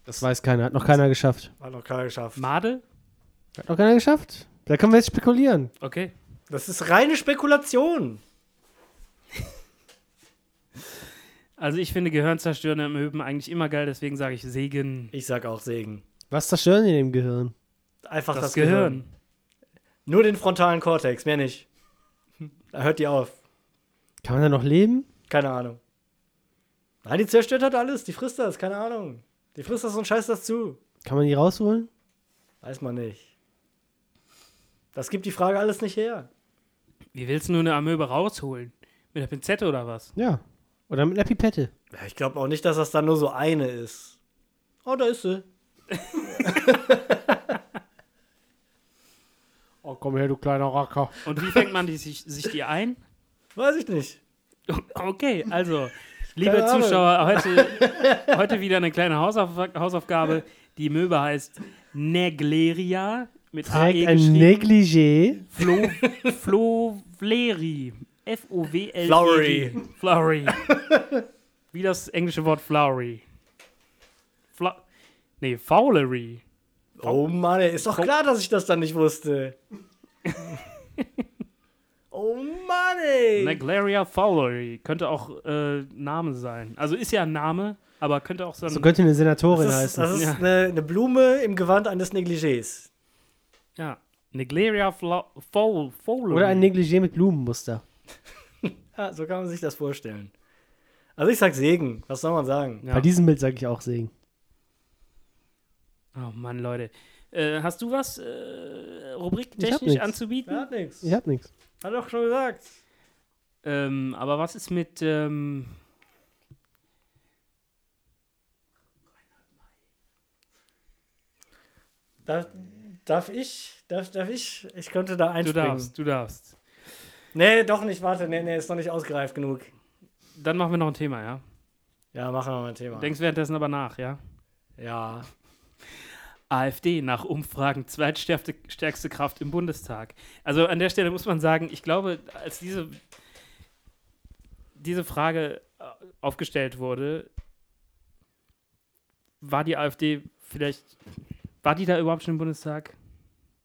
Das weiß keiner, hat noch keiner geschafft. Hat noch keiner geschafft. Made? Hat noch keiner geschafft. Da können wir jetzt spekulieren. Okay. Das ist reine Spekulation. Also ich finde gehirnzerstörende Amöben eigentlich immer geil, deswegen sage ich Segen. Ich sag auch Segen. Was zerstören die dem Gehirn? Einfach Das, das, Gehirn. Gehirn. Nur den frontalen Kortex, mehr *laughs* nicht. Da hört die auf. Kann man da noch leben? Keine Ahnung. Nein, die zerstört hat alles. Die frisst das, keine Ahnung. Die frisst das und scheißt das zu. Kann man die rausholen? Weiß man nicht. Das gibt die Frage alles nicht her. Wie willst du nur eine Amöbe rausholen? Mit der Pinzette oder was? Ja. Oder mit einer Pipette. Ja, Ich glaube auch nicht, dass das dann nur so eine ist. Oh, da ist sie. *laughs* Oh, komm her, du kleiner Racker. Und wie fängt man die, sich, *laughs* sich die ein? Weiß ich nicht. Okay, also, liebe Keine Ahnung. Zuschauer, heute, heute wieder eine kleine Hausauf Hausaufgabe. Die Möwe heißt Negleria mit AE Ah, eh Trägt ein geschrieben. Negligé. Flo, Flovleri. F-O-W-L-E-R-I. Flowery. E Flowery. Wie das englische Wort flowery. Fla nee, fowlery. Oh Mann, ey, ist doch klar, dass ich das dann nicht *laughs* wusste. oh Mann, ey. Negleria fowlery. Könnte auch äh, Name sein. Also ist ja ein Name, aber könnte auch so ein... So könnte eine Senatorin Das ist, heißen. das ist Ja. eine, eine Blume im Gewand eines Negligés. ja. Negleria fla- fowl- fowlery. Oder ein Negligé mit Blumenmuster. Ja, so kann man sich das vorstellen. Also ich sag Segen, was soll man sagen? Ja. Bei diesem Bild sage ich auch Segen. Oh Mann, Leute. Äh, hast du was äh, Ich hab rubriktechnisch nix. anzubieten? Ja, hat nix. Ich hab nichts. Hat doch schon gesagt. Ähm, aber was ist mit. Ähm, Darf, darf ich? Darf, darf ich? Ich könnte da du einspringen. darfst, du darfst. Nee, doch nicht, warte. Nee, nee, ist noch nicht ausgereift genug. Dann machen wir noch ein Thema, ja? Ja, machen wir mal ein Thema. Denkst währenddessen aber nach, ja? ja. AfD nach Umfragen zweitstärkste stärkste Kraft im Bundestag. Also an der Stelle muss man sagen, ich glaube, als diese, diese Frage äh, aufgestellt wurde, war die AfD vielleicht, war die da überhaupt schon im Bundestag?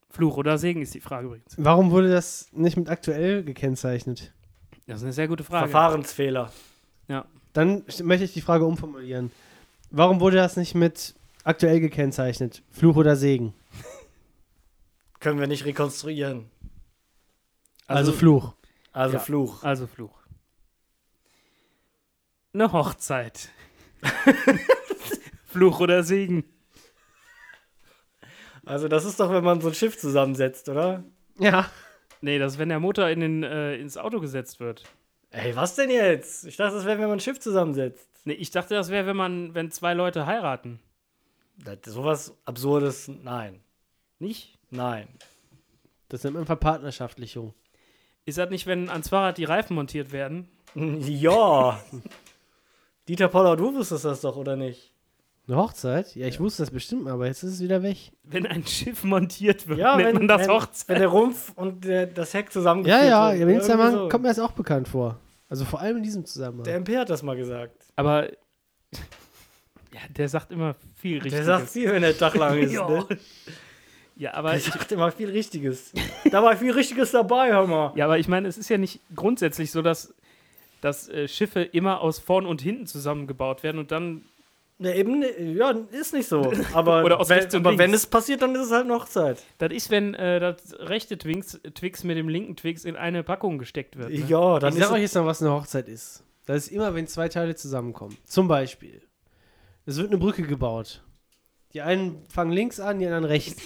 Fluch oder Segen ist die Frage übrigens. Warum wurde das nicht mit aktuell gekennzeichnet? Das ist eine sehr gute Frage. Verfahrensfehler. Dann st- möchte ich die Frage umformulieren. Warum wurde das nicht mit aktuell gekennzeichnet? Fluch oder Segen? Können wir nicht rekonstruieren. Also, Fluch. Also Ja. Fluch. Also Fluch. Eine Hochzeit. Fluch oder Segen. Also das ist doch, wenn man so ein Schiff zusammensetzt, oder? Ja. Nee, das ist, wenn der Motor in den, äh, ins Auto gesetzt wird. Ey, was denn jetzt? Ich dachte, das wäre, wenn man ein Schiff zusammensetzt. Nee, ich dachte, das wäre, wenn man, wenn zwei Leute heiraten. Das, sowas Absurdes, nein. Nicht? Nein. Das nennt man Verpartnerschaftlichung. Ist das nicht, wenn ans Fahrrad die Reifen montiert werden? Ja. Dieter Poller, du wusstest das doch, oder nicht? Eine Hochzeit? Ja, ich wusste das bestimmt, aber jetzt ist es wieder weg. Wenn ein Schiff montiert wird, nennt man das wenn, Hochzeit. wenn der Rumpf und der, das Heck zusammengeführt Ja, ja, wird. im Instagram Irgendwie so. kommt mir das auch bekannt vor. Also vor allem in diesem Zusammenhang. Der MP hat das mal gesagt. Aber ja, der sagt immer viel richtig. *laughs* Der sagt viel, wenn der Tag lang ist, ne? Ja, aber Ich ich, dachte immer viel Richtiges. da war viel Richtiges dabei, hör mal. ja, aber ich meine, es ist ja nicht grundsätzlich so, dass, dass äh, Schiffe immer aus vorn und hinten zusammengebaut werden und dann. Ne, eben, ne- ja, ist nicht so. Aber, *laughs* Oder aus wenn, rechts und aber wenn links. es passiert, dann ist es halt eine Hochzeit. Das ist, wenn äh, das rechte Twix, Twix mit dem linken Twix in eine Packung gesteckt wird. Ne? Ja, dann Ich sag ist euch jetzt noch, was eine Hochzeit ist. Das ist immer, wenn zwei Teile zusammenkommen. Zum Beispiel, es wird eine Brücke gebaut. Die einen fangen links an, die anderen rechts.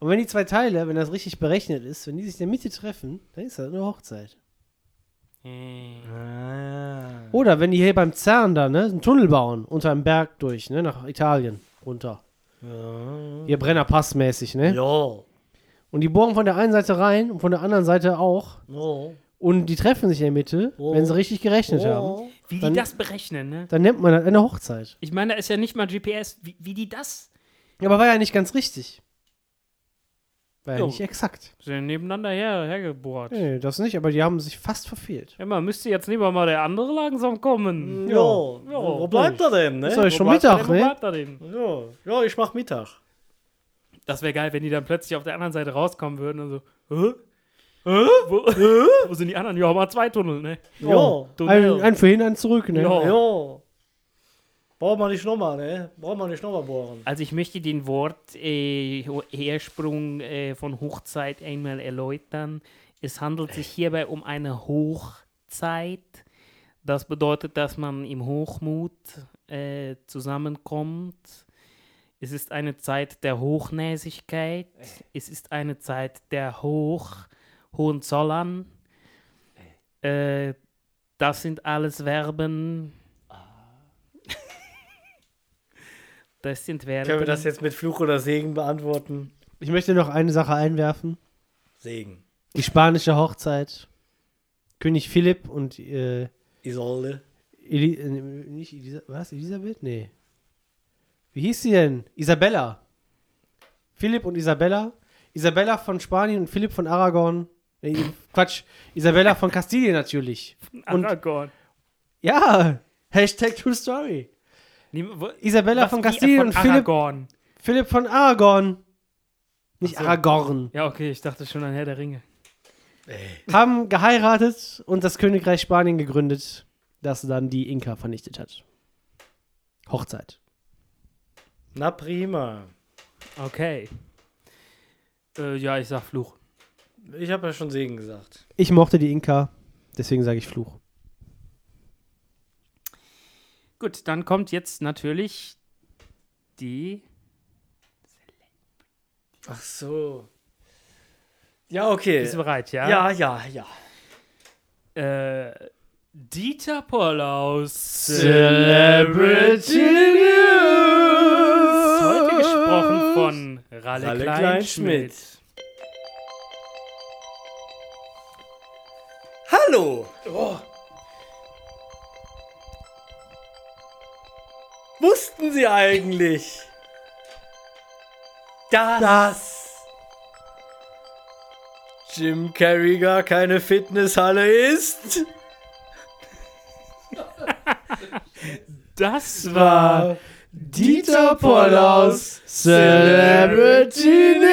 Und wenn die zwei Teile, wenn das richtig berechnet ist, wenn die sich in der Mitte treffen, dann ist das eine Hochzeit. Ah. Oder wenn die hier beim Zern da, ne, einen Tunnel bauen, unter einem Berg durch, ne, nach Italien runter. Hier Brennerpass mäßig, ne? Mhm. Ja. Und die bohren von der einen Seite rein und von der anderen Seite auch. Ja. Und die treffen sich in der Mitte, Oh. wenn sie richtig gerechnet haben. Ja. Wie die Dann- das berechnen, ne? Dann nennt man das eine Hochzeit. Ich meine, da ist ja nicht mal GPS. Wie, wie die das? Ja, Aber war ja nicht ganz richtig. War ja Jo. nicht exakt. Sind ja nebeneinander her, hergebohrt. Nee, das nicht, aber die haben sich fast verfehlt. Immer müsste jetzt lieber mal der andere langsam kommen. Ja. Wo bleibt er denn, ne? Ist euch Wo schon bleibt Mittag, er denn? Wo ne? bleibt er denn? Ja. ja, ich mach Mittag. Das wäre geil, wenn die dann plötzlich auf der anderen Seite rauskommen würden und so. Hä? Hä? Wo, Hä? *laughs* Wo sind die anderen? Ja, haben wir zwei Tunnel, ne? Ja. Ein, ein für hin, ein zurück, ne? Ja. Ja. Braucht man nicht nochmal, ne? Braucht man nicht nochmal bohren. Also ich möchte den Wort äh, Hersprung äh, von Hochzeit einmal erläutern. Es handelt Äh. sich hierbei um eine Hochzeit. Das bedeutet, dass man im Hochmut äh, zusammenkommt. Es ist eine Zeit der Hochnäsigkeit. Äh. Es ist eine Zeit der Hoch Hohenzollern. Äh, das sind alles Verben. Ah. *laughs* Das sind Verben. Können wir das jetzt mit Fluch oder Segen beantworten? Ich möchte noch eine Sache einwerfen. Segen. Die spanische Hochzeit. König Philipp und äh, Isolde. Eli äh, nicht Elisa was? Elisabeth? Nee. Wie hieß sie denn? Isabella. Philipp und Isabella. Isabella von Spanien und Philipp von Aragon. Nee, Quatsch. Isabella von Kastilien natürlich. Und Aragorn. ja, Hashtag True Story. Niem- wo- Isabella was, von wie, Kastilien und Philipp, Aragorn. Philipp von Aragon. Nicht Ach so. Aragorn. Ja, okay, ich dachte schon an Herr der Ringe. Haben geheiratet und das Königreich Spanien gegründet, das dann die Inka vernichtet hat. Hochzeit. Na prima. Okay. Äh, ja, ich sag Fluch. Ich habe ja schon Segen gesagt. Ich mochte die Inka, deswegen sage ich Fluch. Gut, dann kommt jetzt natürlich die. Ach so. Ja, okay. Bist du bereit, ja? Ja, ja, ja. Äh, Dieter Äh, Pollaus. Äh, Celebrity Ist News. Heute gesprochen von Ralle, Ralle Kleinschmidt. Kleinschmidt. Hallo. Wussten Sie eigentlich, dass, Jim Carrey gar keine Fitnesshalle ist? Das war. Dieter Pollaus Celebrity News.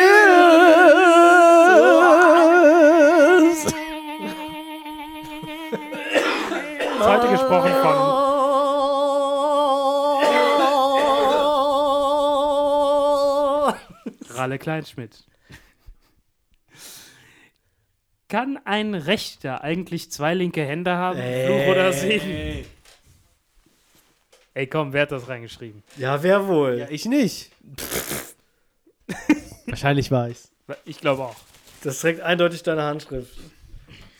Ist heute gesprochen äh, von. Ralle Kleinschmidt. Kann ein Rechter eigentlich zwei linke Hände haben? Fluch Äh. oder Segen? Ey, komm, wer hat das reingeschrieben? Ja, wer wohl? Ja, ich nicht. Wahrscheinlich war ich's. Ich glaube auch. Das trägt eindeutig deine Handschrift.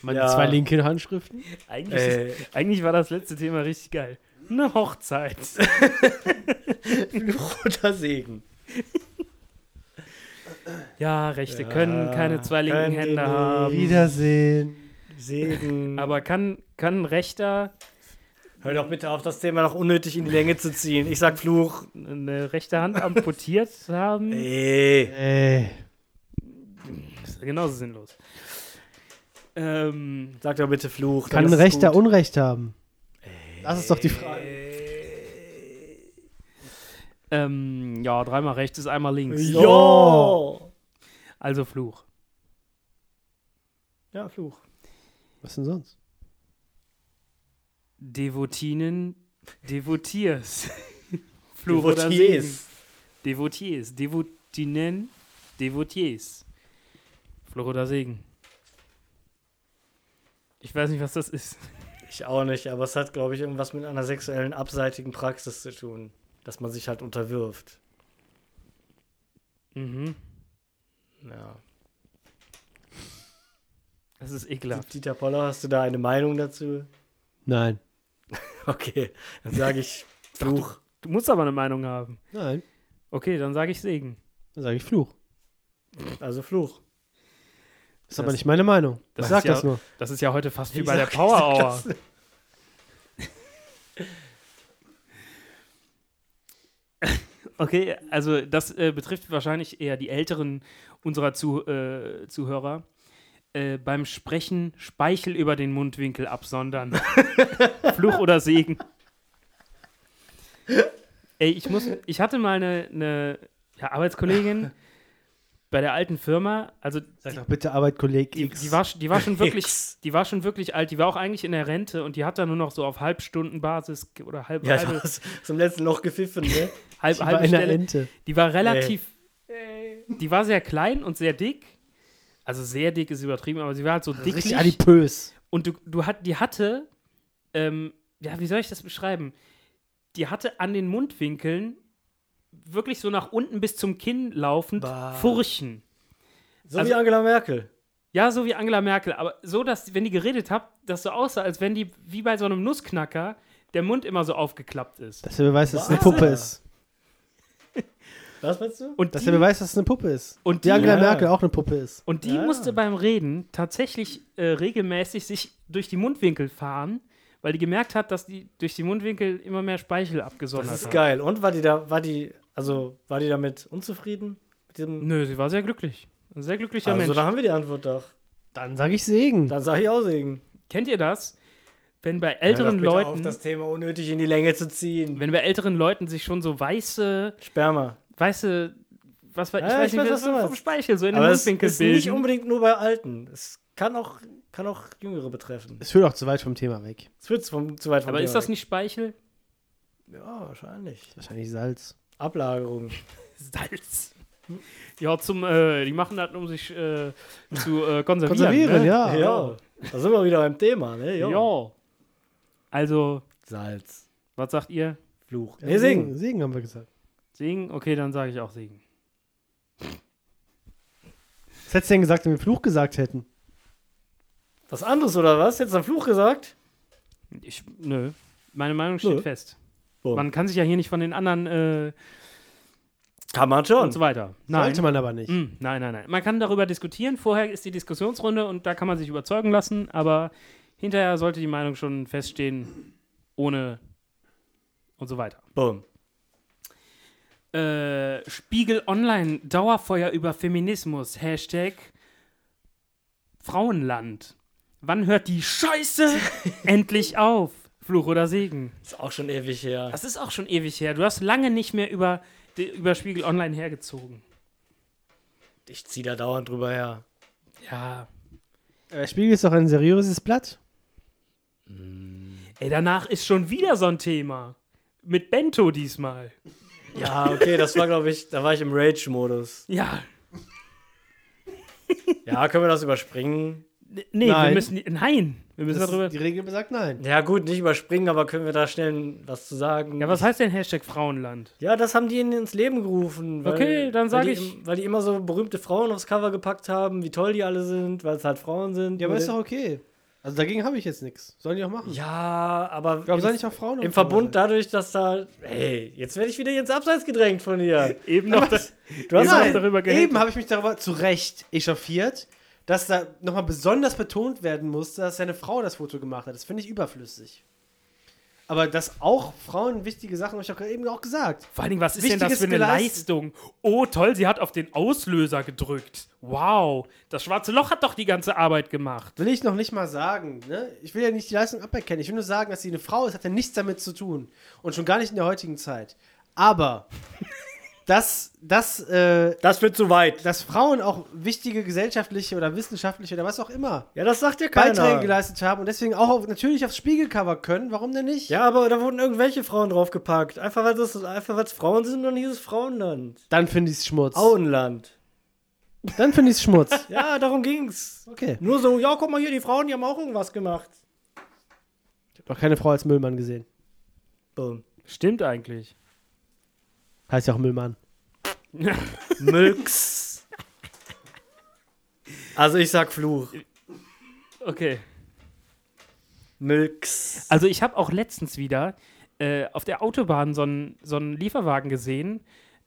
Meine Ja. zwei linke Handschriften. Eigentlich, Ey, eigentlich war das letzte Thema richtig geil. Eine Hochzeit. Fluch oder Segen? Ja, Rechte können keine zwei linken können die Hände nicht. haben. Wiedersehen. Segen. Aber kann, kann ein Rechter, Hör doch bitte auf, das Thema noch unnötig in die Länge zu ziehen. Ich sag Fluch. eine rechte *laughs* Hand amputiert haben? Ey. Ey. Das ist genauso sinnlos. Ähm, Sag doch bitte Fluch. Kann dann ein ist es Rechter gut. Unrecht haben? Das ist doch die Frage. ähm, ja, dreimal rechts ist einmal links. Ja. Also Fluch. Ja, Fluch. Was denn sonst? Devotinen, Devotiers. *laughs* Fluch oder Segen. Devotiers. Devotiers. Devotinen, Devotiers. Fluch oder Segen. Ich weiß nicht, was das ist. Ich auch nicht, aber es hat, glaube ich, irgendwas mit einer sexuellen abseitigen Praxis zu tun. Dass man sich halt unterwirft. Mhm. Ja. Das ist ekelhaft. Dieter Poller, hast du da eine Meinung dazu? Nein. Okay, dann sage *laughs* ich Fluch. Du musst aber eine Meinung haben. Nein. Okay, dann sage ich Segen. Dann sage ich Fluch. Also Fluch. Das ist aber nicht meine Meinung. Das ist ich sag ja- das nur. Das ist ja heute fast wie Ich bei der *laughs* sag- Power ich Hour. sag das- Okay, also das äh, betrifft wahrscheinlich eher die Älteren unserer Zu äh, Zuhörer. Äh, beim Sprechen Speichel über den Mundwinkel *laughs* absondern. Fluch oder Segen. Ey, ich muss, ich hatte mal eine, eine ja, Arbeitskollegin bei der alten Firma, also Sag doch bitte Arbeit, Kolleg die, X. die, war, sch- die war schon wirklich, X. die war schon wirklich alt, die war auch eigentlich in der Rente und die hat da nur noch so auf Halbstundenbasis ge- oder halb, Ja, du halbe, hast zum letzten Loch gepfiffen, ne? halb, Die war halbe in der Stelle. Ente. Die war relativ. Die war sehr klein und sehr dick. Also sehr dick ist übertrieben, aber sie war halt so Also Richtig dicklich. adipös. Und du, du hat, die hatte, ähm, ja, wie soll ich das beschreiben? Die hatte an den Mundwinkeln wirklich so nach unten bis zum Kinn laufend Bah. Furchen. So Also- wie Angela Merkel. Ja, so wie Angela Merkel, aber so, dass, wenn die geredet hat, das so aussah, als wenn die, wie bei so einem Nussknacker, der Mund immer so aufgeklappt ist. Dass der Beweis, dass es eine Was? Puppe ist. Was meinst du? Und Dass die- der Beweis, dass es eine Puppe ist. Und die die- Angela Ja. Merkel auch eine Puppe ist. Und die Ja. musste beim Reden tatsächlich äh, regelmäßig sich durch die Mundwinkel fahren, weil die gemerkt hat, dass die durch die Mundwinkel immer mehr Speichel abgesondert Das ist hat. geil. Und war die da, war die, also war die damit unzufrieden? Mit diesem Nö, sie war sehr glücklich. Ein sehr glücklicher also, da Mensch. haben wir die Antwort doch. Dann sage ich Segen. Dann sage ich auch Segen. Kennt ihr das? Wenn bei älteren auf, Leuten, das Thema unnötig in die Länge zu ziehen. wenn bei älteren Leuten sich schon so weiße, Sperma. weiße, was war, Ja, ich weiß ich nicht, weiß, was was du vom meinst. Speichel so in den Aber es Mundwinkel ist nicht bilden. unbedingt nur bei Alten. Es kann auch, kann auch Jüngere betreffen. Es führt auch zu weit vom Thema weg. Es wird vom, zu weit vom Aber ist das Thema nicht Speichel? weg. Ja, wahrscheinlich. Wahrscheinlich Salz. Ablagerung. Salz. Ja, zum, äh, die machen das, um sich äh, zu äh, konservieren. Konservieren, ne? ja. ja, da sind wir wieder beim Thema, ne? Ja. Ja. Also, Salz. was sagt ihr? Fluch. Ja, Nee, Segen. Segen. Segen haben wir gesagt. Segen? Okay, dann sage ich auch Segen. Was hättest du denn gesagt, wenn wir Fluch gesagt hätten? Was anderes oder was? Jetzt am Fluch gesagt? Ich, nö. Meine Meinung steht Nö. fest. Boah. Man kann sich ja hier nicht von den anderen äh, Kann man schon. und so weiter. Nein. Sollte man aber nicht. Mm, nein, nein, nein. Man kann darüber diskutieren. Vorher ist die Diskussionsrunde und da kann man sich überzeugen lassen, aber hinterher sollte die Meinung schon feststehen, ohne und so weiter. Boom. Äh, Spiegel Online, Dauerfeuer über Feminismus, Hashtag Frauenland. Wann hört die Scheiße *laughs* endlich auf? Fluch oder Segen? Ist auch schon ewig her. Das ist auch schon ewig her. Du hast lange nicht mehr über, die- über Spiegel Online hergezogen. Ich zieh da dauernd drüber her. Ja. Der Äh, Spiegel ist doch ein seriöses Blatt. Ey, danach ist schon wieder so ein Thema. Mit Bento diesmal. Ja, okay, das war, glaube ich, da war ich im Rage-Modus. Ja. Ja, können wir das überspringen? N- Nee, wir Nein. müssen. Nein. Wir müssen Das darüber. ist, die Regel besagt nein. Ja, gut, nicht überspringen, aber können wir da schnell was zu sagen? Ja, was heißt denn Hashtag Frauenland? Ja, das haben die in, ins Leben gerufen. Weil, Okay, dann sag weil ich- Die, weil die immer so berühmte Frauen aufs Cover gepackt haben, wie toll die alle sind, weil es halt Frauen sind. Ja, aber Weil- ist doch okay. Also dagegen habe ich jetzt nichts. Sollen die auch machen. ja, aber Ich glaube, im, sollen nicht auch Frauen im umfahren? Verbund dadurch, dass da. Hey, jetzt werde ich wieder ins Abseits gedrängt von dir. Eben noch. das- Du hast Nein. doch- darüber geredet. Eben habe ich mich darüber zu Recht echauffiert, dass da nochmal besonders betont werden musste, dass seine Frau das Foto gemacht hat. Das finde ich überflüssig. Aber dass auch Frauen wichtige Sachen, habe ich auch eben auch gesagt. Vor allen Dingen, was ist denn das Wichtiges für eine geleistet. Leistung? Oh, toll, sie hat auf den Auslöser gedrückt. Wow, das schwarze Loch hat doch die ganze Arbeit gemacht. Will ich noch nicht mal sagen. Ne? Ich will ja nicht die Leistung aberkennen. Ich will nur sagen, dass sie *laughs* eine Frau ist, hat ja nichts damit zu tun. Und schon gar nicht in der heutigen Zeit. Aber dass, dass, äh, Das wird zu weit. dass Frauen auch wichtige gesellschaftliche oder wissenschaftliche oder was auch immer Ja, das sagt ja Beiträge keiner. geleistet haben und deswegen auch auf, natürlich aufs Spiegelcover können. Warum denn nicht? Ja, aber da wurden irgendwelche Frauen draufgepackt. Einfach weil das einfach weil es Frauen sind und dieses Frauenland. Dann finde ich es Schmutz. Auenland. *laughs* Dann finde ich es Schmutz. Ja, darum ging's. *laughs* Okay. Nur so, ja, guck mal hier, die Frauen, die haben auch irgendwas gemacht. Ich habe noch keine Frau als Müllmann gesehen. Boom. Stimmt eigentlich. Heißt ja auch Müllmann. Mülks. Also ich sag Fluch. Okay. Mülks. Also ich habe auch letztens wieder äh, auf der Autobahn so einen so einen Lieferwagen gesehen,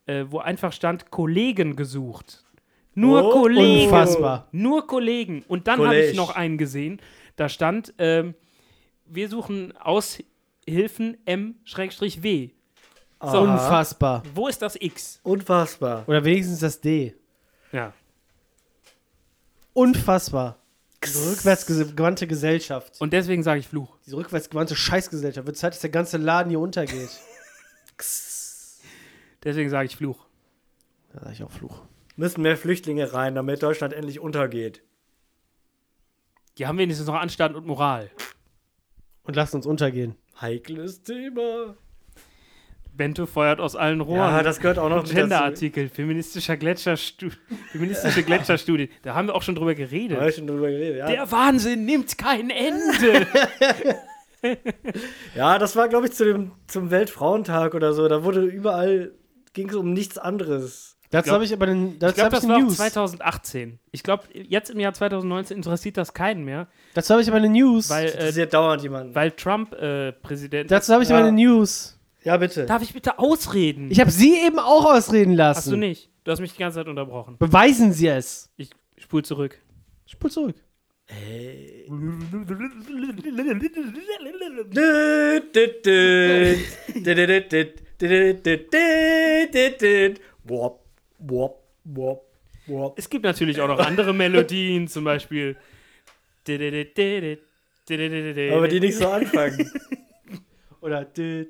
äh, wo einfach stand Kollegen gesucht. Nur Oh, Kollegen. Unfassbar. Nur Kollegen. Und dann habe ich Kolleg. noch einen gesehen. Da stand, ähm, wir suchen Aushilfen M-W. So, Unfassbar. wo ist das X? Unfassbar. Oder wenigstens das D. Ja. Unfassbar. Diese rückwärtsgewandte Gesellschaft. Und deswegen sage ich Fluch. Diese rückwärtsgewandte Scheißgesellschaft. Wird Zeit, dass der ganze Laden hier *laughs* untergeht. Deswegen sage ich Fluch. Da sag ich auch Fluch. Müssen mehr Flüchtlinge rein, damit Deutschland endlich untergeht. Die haben wenigstens noch Anstand und Moral. Und lasst uns untergehen. Heikles Thema. Bento feuert aus allen Rohren. Ja, das gehört auch noch mit dazu. Genderartikel, feministischer Gletscherstu feministische Gletscherstudie. Da haben wir auch schon drüber Da hab ich geredet. schon drüber geredet, ja. Der Wahnsinn nimmt kein Ende. ja, das war, glaube ich, zu dem, zum Weltfrauentag oder so. Da wurde überall, ging es um nichts anderes. Dazu glaub- habe ich aber den, Ich dazu glaube, habe ich das eine war auch News. 2018. Ich glaube, jetzt im Jahr 2019 interessiert das keinen mehr, Dazu habe ich aber eine News. weil, äh, Interessiert dauernd jemanden. weil Trump äh, Präsident ist. dazu habe ich Ja. aber eine News. Ja, bitte. Darf ich bitte ausreden? Ich habe sie eben auch ausreden lassen. Hast du nicht. Du hast mich die ganze Zeit unterbrochen. Beweisen sie es. Ich spul zurück. Spul zurück. *laughs* *laughs* Düt, düt, düt. Düt, düt, düt, düt, düt, düt, düt, düt, düt. Wop, wop, wop, wop. Es gibt natürlich auch noch andere Melodien, zum Beispiel. Aber Aber die nicht so anfangen. *laughs* Oder. Nein,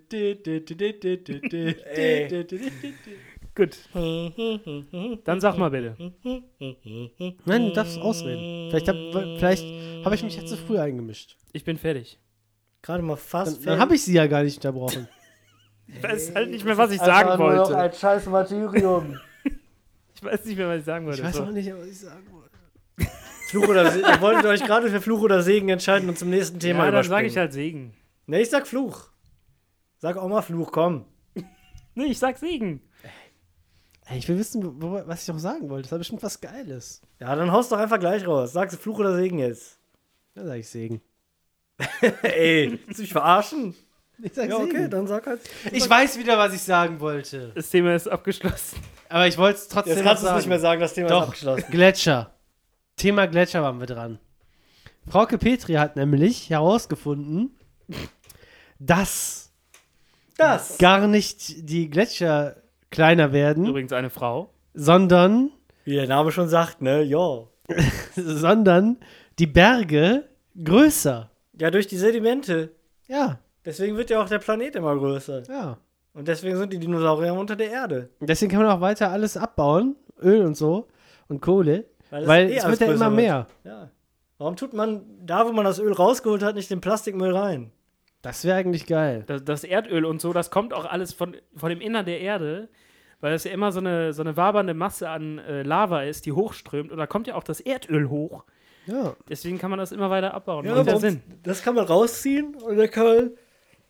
Gut. Dann sag mal bitte. du darfst ausreden. Vielleicht habe vielleicht hab ich mich jetzt zu früh eingemischt. Ich bin fertig. Gerade mal Dann, fast. dann habe ich sie ja gar nicht unterbrochen. Ich weiß halt nicht mehr, was ich Also sagen wollte. ein scheiß Martyrium. Ich weiß nicht mehr, was ich sagen wollte. Ich weiß So. auch nicht, was ich sagen wollte. *laughs* Fluch oder Se- Ihr wolltet euch gerade für Fluch oder Segen entscheiden und zum nächsten Thema ja, dann überspringen. sage ich halt Segen. Ne, ich sag Fluch. Sag auch mal Fluch, komm. Nee, ich sag Segen. Ey, ich will wissen, wo, was ich noch sagen wollte. Das war bestimmt was Geiles. Ja, dann haust doch einfach gleich raus. Sagst du Fluch oder Segen jetzt? Dann sage ich Segen. *laughs* Ey, willst du mich verarschen? Ich, sag Ja, okay, Segen. dann sag halt. ich weiß wieder, was ich sagen wollte. Das Thema ist abgeschlossen. Aber ich wollte es trotzdem Jetzt noch kannst du es nicht mehr sagen, das Thema ist Doch, abgeschlossen. Gletscher. Thema Gletscher waren wir dran. Frauke Petri hat nämlich herausgefunden, dass Das. gar nicht die Gletscher kleiner werden, *laughs* Übrigens eine Frau. sondern, Wie der Name schon sagt, ne? Ja. sondern die Berge größer. Ja, durch die Sedimente. Ja, Deswegen wird ja auch der Planet immer größer. ja. Und deswegen sind die Dinosaurier unter der Erde. Und deswegen kann man auch weiter alles abbauen, Öl und so und Kohle, Weil weil, das eh es alles wird ja größer immer wird. mehr. Ja. Warum tut man da, wo man das Öl rausgeholt hat, nicht den Plastikmüll rein? Das wäre eigentlich geil. Das, das Erdöl und so, das kommt auch alles von, von dem Innern der Erde, weil das ja immer so eine, so eine wabernde Masse an äh, Lava ist, die hochströmt. Und da kommt ja auch das Erdöl hoch. Ja. Deswegen kann man das immer weiter abbauen. Macht ja warum- Sinn. Das kann man rausziehen und dann kann man.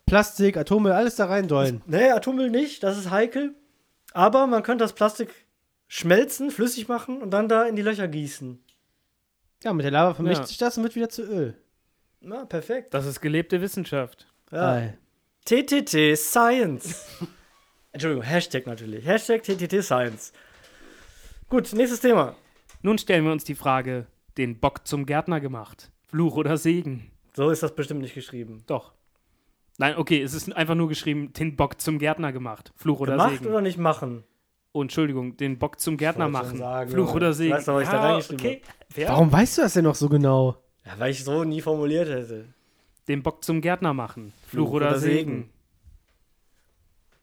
Plastik, Atommüll, alles da reindollen. Nee, ne, Atommüll nicht, das ist heikel. Aber man könnte das Plastik schmelzen, flüssig machen und dann da in die Löcher gießen. Ja, mit der Lava vermischt Ja. sich das und wird wieder zu Öl. Na, perfekt. Das ist gelebte Wissenschaft. Ja. Geil. TTT Science. *laughs* Entschuldigung, Hashtag natürlich. Hashtag TTT Science. Gut, nächstes Thema. Nun stellen wir uns die Frage: Den Bock zum Gärtner gemacht? Fluch oder Segen? So ist das bestimmt nicht geschrieben. Doch. Nein, okay, es ist einfach nur geschrieben, den Bock zum Gärtner gemacht. Fluch oder Gemacht Segen. oder nicht machen? Oh, Entschuldigung, den Bock zum Gärtner wollte schon machen. sagen, Fluch Leute. oder Segen. Weißt du, was ich da Ah, reingeschrieben okay. Wer? Warum weißt du das denn noch so genau? Ja, weil ich so nie formuliert hätte. Den Bock zum Gärtner machen. Fluch, Fluch oder, oder Segen.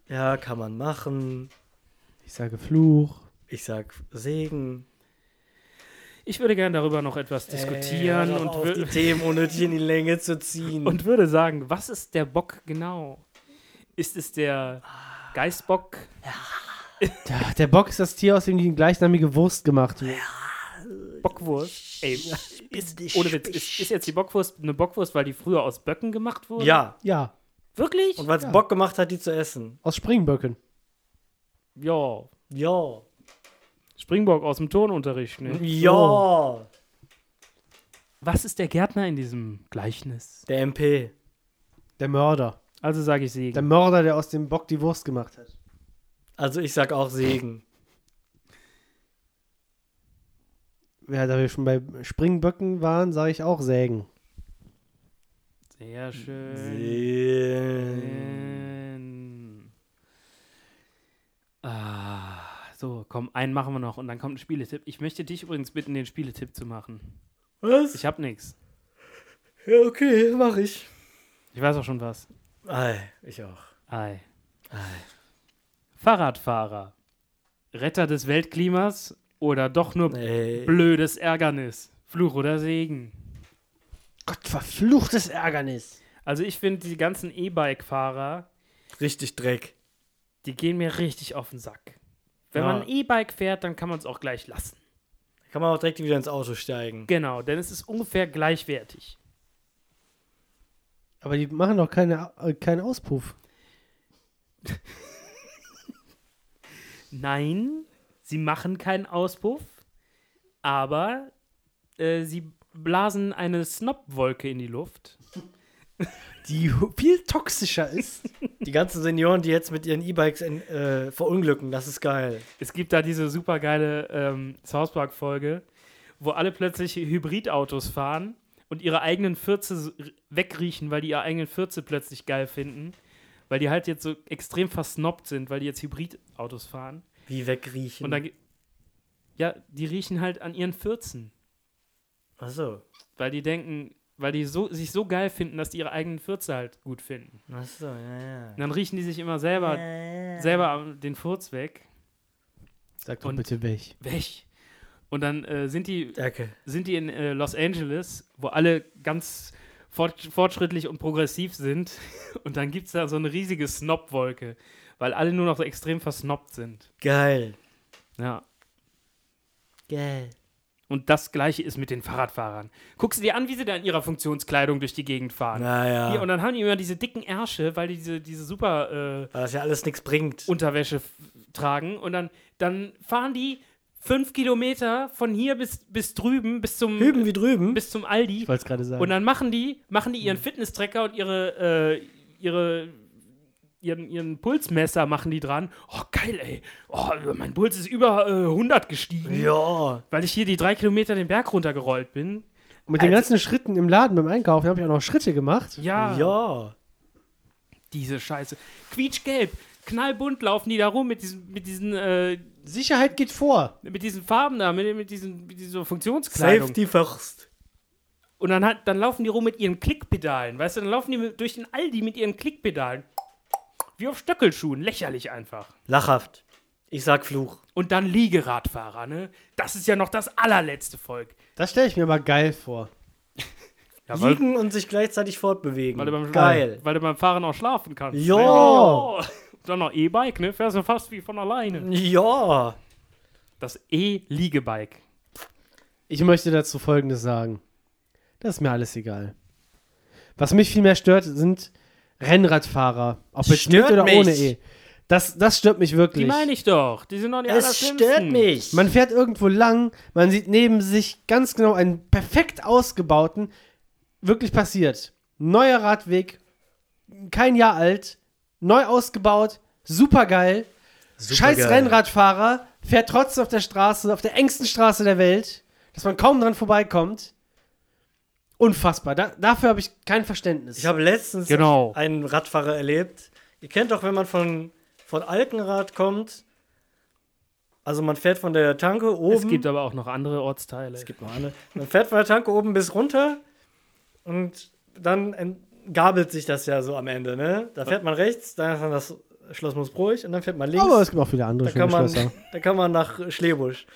Ja, kann man machen. Ich Ich sage Fluch. Ich sag Segen. Ich würde gerne darüber noch etwas Ey, diskutieren Äh, hör doch und, auf, *laughs* die wür Themen unnötig in die Länge zu ziehen. *laughs* und würde sagen, was ist der Bock genau? Ist es der Ah. Geistbock? Da, der Bock ist das Tier, aus dem die gleichnamige Wurst gemacht wird. Bockwurst? Ey, ist, ohne Witz, ist, ist jetzt die Bockwurst eine Bockwurst, weil die früher aus Böcken gemacht wurde? ja, Ja, Wirklich? und weil es Bock gemacht hat, die zu essen. aus Springböcken. Ja. Ja. Springbock aus dem Turnunterricht, ne? Ja. Was ist der Gärtner in diesem Gleichnis? Der MP. Der Mörder. Also sage ich Der Segen. Mörder, der aus dem Bock die Wurst gemacht hat. Also ich sag auch Segen. Ja, da wir schon bei Springböcken waren, sage ich auch Sägen. Sehr schön. Segen. Segen. Ah, so, komm, einen machen wir noch und dann kommt ein Spieletipp. Ich möchte dich übrigens bitten, den Spieletipp zu machen. Was? Ich hab nix. Ja, okay, mach ich. Ich weiß auch schon was. Ei, ich auch. Ei. Fahrradfahrer. Retter des Weltklimas oder doch nur Ey. blödes Ärgernis? Fluch oder Segen? Gott, verfluchtes Ärgernis. Also ich finde, die ganzen E-Bike-Fahrer, Richtig Dreck. die gehen mir richtig auf den Sack. Wenn Ja. man ein E-Bike fährt, dann kann man es auch gleich lassen. Kann man auch direkt wieder ins Auto steigen. Genau, denn es ist ungefähr gleichwertig. Aber die machen doch keine, äh, keinen Auspuff. Nein, sie machen keinen Auspuff, aber äh, sie blasen eine Snobwolke in die Luft. Die viel toxischer ist. Die ganzen Senioren, die jetzt mit ihren E-Bikes in- äh, verunglücken, das ist geil. Es gibt da diese supergeile ähm, South Park-Folge, wo alle plötzlich Hybridautos fahren und ihre eigenen Fürze so r- wegriechen, weil die ihre eigenen Fürze plötzlich geil finden. Weil die halt jetzt so extrem versnobbt sind, weil die jetzt Hybridautos fahren. Wie wegriechen. Und dann. ge- Ja, die riechen halt an ihren Fürzen. Achso. Weil die denken, weil die so, sich so geil finden, dass die ihre eigenen Fürze halt gut finden. Achso, ja, ja. Und dann riechen die sich immer selber, selber am- den Furz weg. Sag doch Und- bitte weg. Weg. Und dann äh, sind die Danke. sind die in äh, Los Angeles, wo alle ganz fort, fortschrittlich und progressiv sind. *laughs* Und dann gibt es da so eine riesige Snobwolke, weil alle nur noch so extrem versnobbt sind. Geil. Ja. Geil. Und das gleiche ist mit den Fahrradfahrern. Guckst du dir an, wie sie da in ihrer Funktionskleidung durch die Gegend fahren. Naja. Hier, und dann haben die immer diese dicken Ärsche, weil die diese, diese super äh, Weil das ja alles nichts bringt. Unterwäsche f- tragen und dann, dann fahren die fünf Kilometer von hier bis, bis drüben, bis zum, Hüben wie drüben. bis zum Aldi. Ich wollte es gerade sagen. Und dann machen die, machen die ihren Mhm. Fitness-Tracker und ihre, äh, ihre, ihren, ihren Pulsmesser machen die dran. Oh, geil, ey. Oh, mein Puls ist über äh, 100 gestiegen, Ja. weil ich hier die drei Kilometer den Berg runtergerollt bin. Und mit den ganzen Schritten im Laden beim Einkaufen habe ich auch noch Schritte gemacht. Ja, Ja. diese Scheiße. Quietschgelb, knallbunt laufen die da rum mit diesen, mit diesen, äh, Sicherheit geht vor. mit diesen Farben da, mit, mit diesen, mit dieser Funktionskleidung. Safety first. Und dann, hat, dann laufen die rum mit ihren Klickpedalen, weißt du, dann laufen die mit, durch den Aldi mit ihren Klickpedalen. Wie auf Stöckelschuhen, lächerlich einfach. Lachhaft. Ich sag Fluch. Und dann Liegeradfahrer, ne? Das ist ja noch das allerletzte Volk. Das stelle ich mir mal geil vor. Ja, Liegen und sich gleichzeitig fortbewegen. weil, du beim, Geil. weil du beim Fahren auch schlafen kannst. Ja. Ne? Ja. Dann noch E-Bike, ne? Fährst du fast wie von alleine. Ja. Das E-Liegebike. Ich möchte dazu Folgendes sagen. Das ist mir alles egal. Was mich viel mehr stört, sind Rennradfahrer. Ob jetzt Stört mit oder mich. ohne E. Das, das stört mich wirklich. Die meine ich doch. Die sind doch die Es allerschlimmsten. stört mich. Man fährt irgendwo lang, man sieht neben sich ganz genau einen perfekt ausgebauten, wirklich passiert. Neuer Radweg, kein Jahr alt, neu ausgebaut, super geil. Scheiß Supergeil. Rennradfahrer fährt trotzdem auf der Straße, auf der engsten Straße der Welt, dass man kaum dran vorbeikommt. Unfassbar. Da, dafür habe ich kein Verständnis. Ich habe letztens Genau. einen Radfahrer erlebt. Ihr kennt doch, wenn man von, von Alkenrad kommt, also man fährt von der Tanke oben. Es gibt aber auch noch andere Ortsteile. es gibt noch eine. Man fährt von der Tanke oben bis runter und dann ent- gabelt sich das ja so am Ende, ne? Da fährt man rechts, dann ist dann das Schloss Moosbruch und dann fährt man links. Aber es gibt auch viele andere da schöne kann man, Schlösser. *laughs* da kann man nach Schlebusch.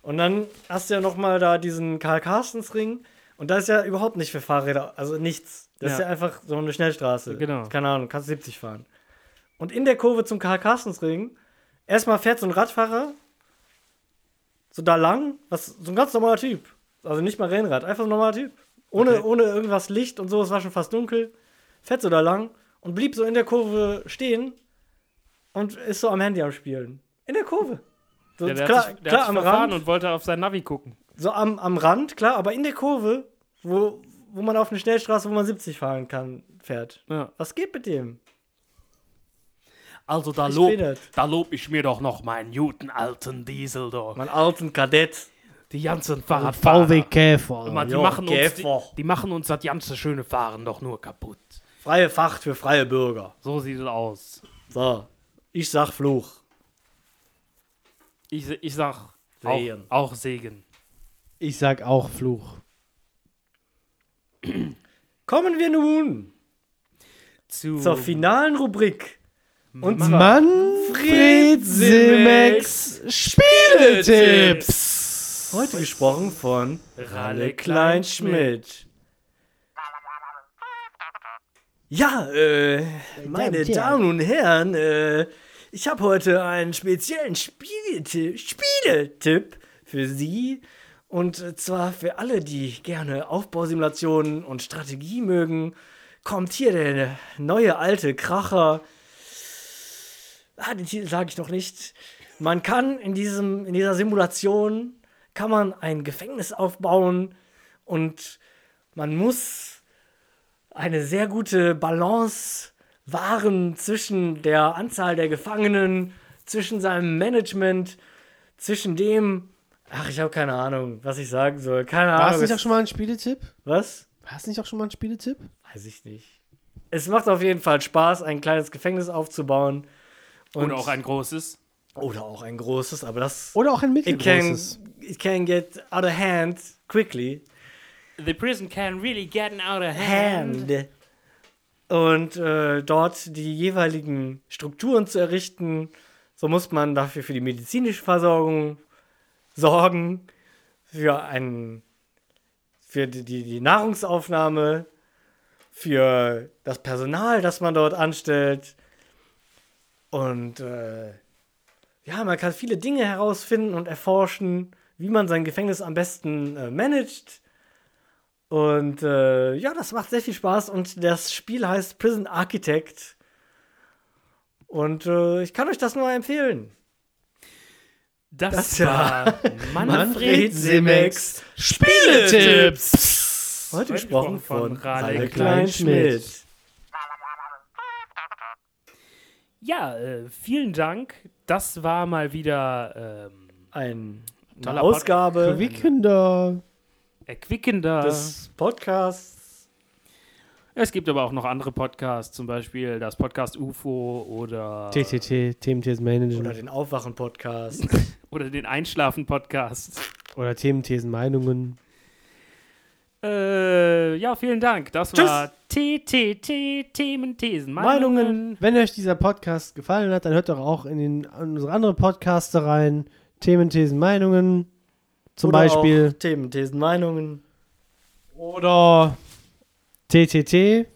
Und dann hast du ja nochmal da diesen Karl-Carstens-Ring. Und da ist ja überhaupt nicht für Fahrräder, also nichts. Das ist Ja. ja einfach so eine Schnellstraße. Genau. Keine Ahnung, kannst 70 fahren. Und in der Kurve zum Karl-Carstens-Ring, erstmal fährt so ein Radfahrer so da lang, was, so ein ganz normaler Typ. Also nicht mal Rennrad, einfach so ein normaler Typ. Ohne, Okay. ohne irgendwas Licht und so, es war schon fast dunkel. Fährt so da lang und blieb so in der Kurve stehen und ist so am Handy am Spielen. In der Kurve. So, Ja, der klar, hat sich, der klar hat sich am verfahren Rand. und wollte auf sein Navi gucken. So am, am Rand, klar, aber in der Kurve, wo, wo man auf eine Schnellstraße, wo man 70 fahren kann, fährt. Ja. Was geht mit dem? Also da Ich lob- bin das. da lob ich mir doch noch meinen guten alten Diesel da. Mein alten Kadett. Die ganzen VW Käfer. Man, die, Ja, machen uns, die, Käfer. die machen uns das ganze schöne Fahren doch nur kaputt. Freie Facht für freie Bürger. So sieht es aus. So, ich sag Fluch. Ich, ich sag Segen. Auch, auch Segen. Ich sag auch Fluch. Kommen wir nun Zu zur finalen Rubrik. Und zwar Manfred Simex Spieletipps. heute gesprochen von Ralle Kleinschmidt. Ja, äh, meine Damen und Damen Herren. und Herren, äh, ich habe heute einen speziellen Spieletipp, Spieletipp für Sie. Und äh, zwar für alle, die gerne Aufbausimulationen und Strategie mögen, kommt hier der neue alte Kracher. Ah, den Titel sage ich noch nicht. Man kann in, diesem, in dieser Simulation kann man ein Gefängnis aufbauen und man muss eine sehr gute Balance wahren zwischen der Anzahl der Gefangenen, zwischen seinem Management, zwischen dem. Ach, ich habe keine Ahnung, was ich sagen soll. Keine War es Ahnung. nicht auch es- schon mal ein Spieletipp? was? War es nicht auch schon mal ein Spieletipp? Weiß ich nicht. Es macht auf jeden Fall Spaß, ein kleines Gefängnis aufzubauen. Und auch ein großes. oder auch ein großes, aber das. Oder auch ein It can, mittelgroßes? it can get out of hand quickly. The prison can really get out of hand. Hand. Und äh, dort die jeweiligen Strukturen zu errichten. So muss man dafür für die medizinische Versorgung sorgen, für, einen, für die, die, die Nahrungsaufnahme, für das Personal, das man dort anstellt. Und äh, ja, man kann viele Dinge herausfinden und erforschen, wie man sein Gefängnis am besten äh, managt. Und äh, ja, das macht sehr viel Spaß und das Spiel heißt Prison Architect. Und äh, ich kann euch das nur empfehlen. Das, Das war Manfred Manfred Simex. Spieletipps! Heute gesprochen von, Ralle Ralle Kleinschmidt. Kleinschmidt. Ja, äh, vielen Dank. Das war mal wieder ähm, Ein, Toller eine Ausgabe Wie Kinder. erquickender. des Podcasts. es gibt aber auch noch andere Podcasts, zum Beispiel das Podcast UFO oder, TTT, TMTs Oder Management den Aufwachen-Podcast. oder den Einschlafen-Podcast. oder TMTs Meinungen. Äh, ja, vielen Dank. Das Tschüss. war TTT Themen, Thesen, Meinungen. Meinungen. Wenn euch dieser Podcast gefallen hat, dann hört doch auch in, den, in unsere anderen Podcaster rein. Themen, Thesen, Meinungen. Zum Oder auch Beispiel. Themen, Thesen, Meinungen. Oder TTT,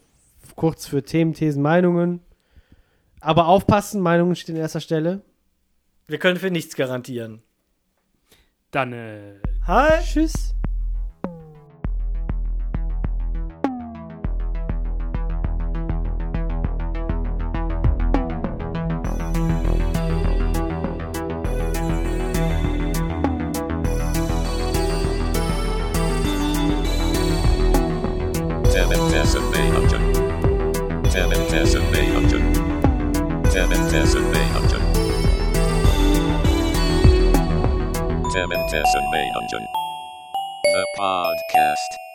kurz für Themen, Thesen, Meinungen. Aber aufpassen, Meinungen stehen an erster Stelle. Wir können für nichts garantieren. Dann äh, Hi! Tschüss. Seven thousand eight hundred. Seven thousand eight hundred. Seven thousand eight hundred. Seven thousand eight hundred. The podcast.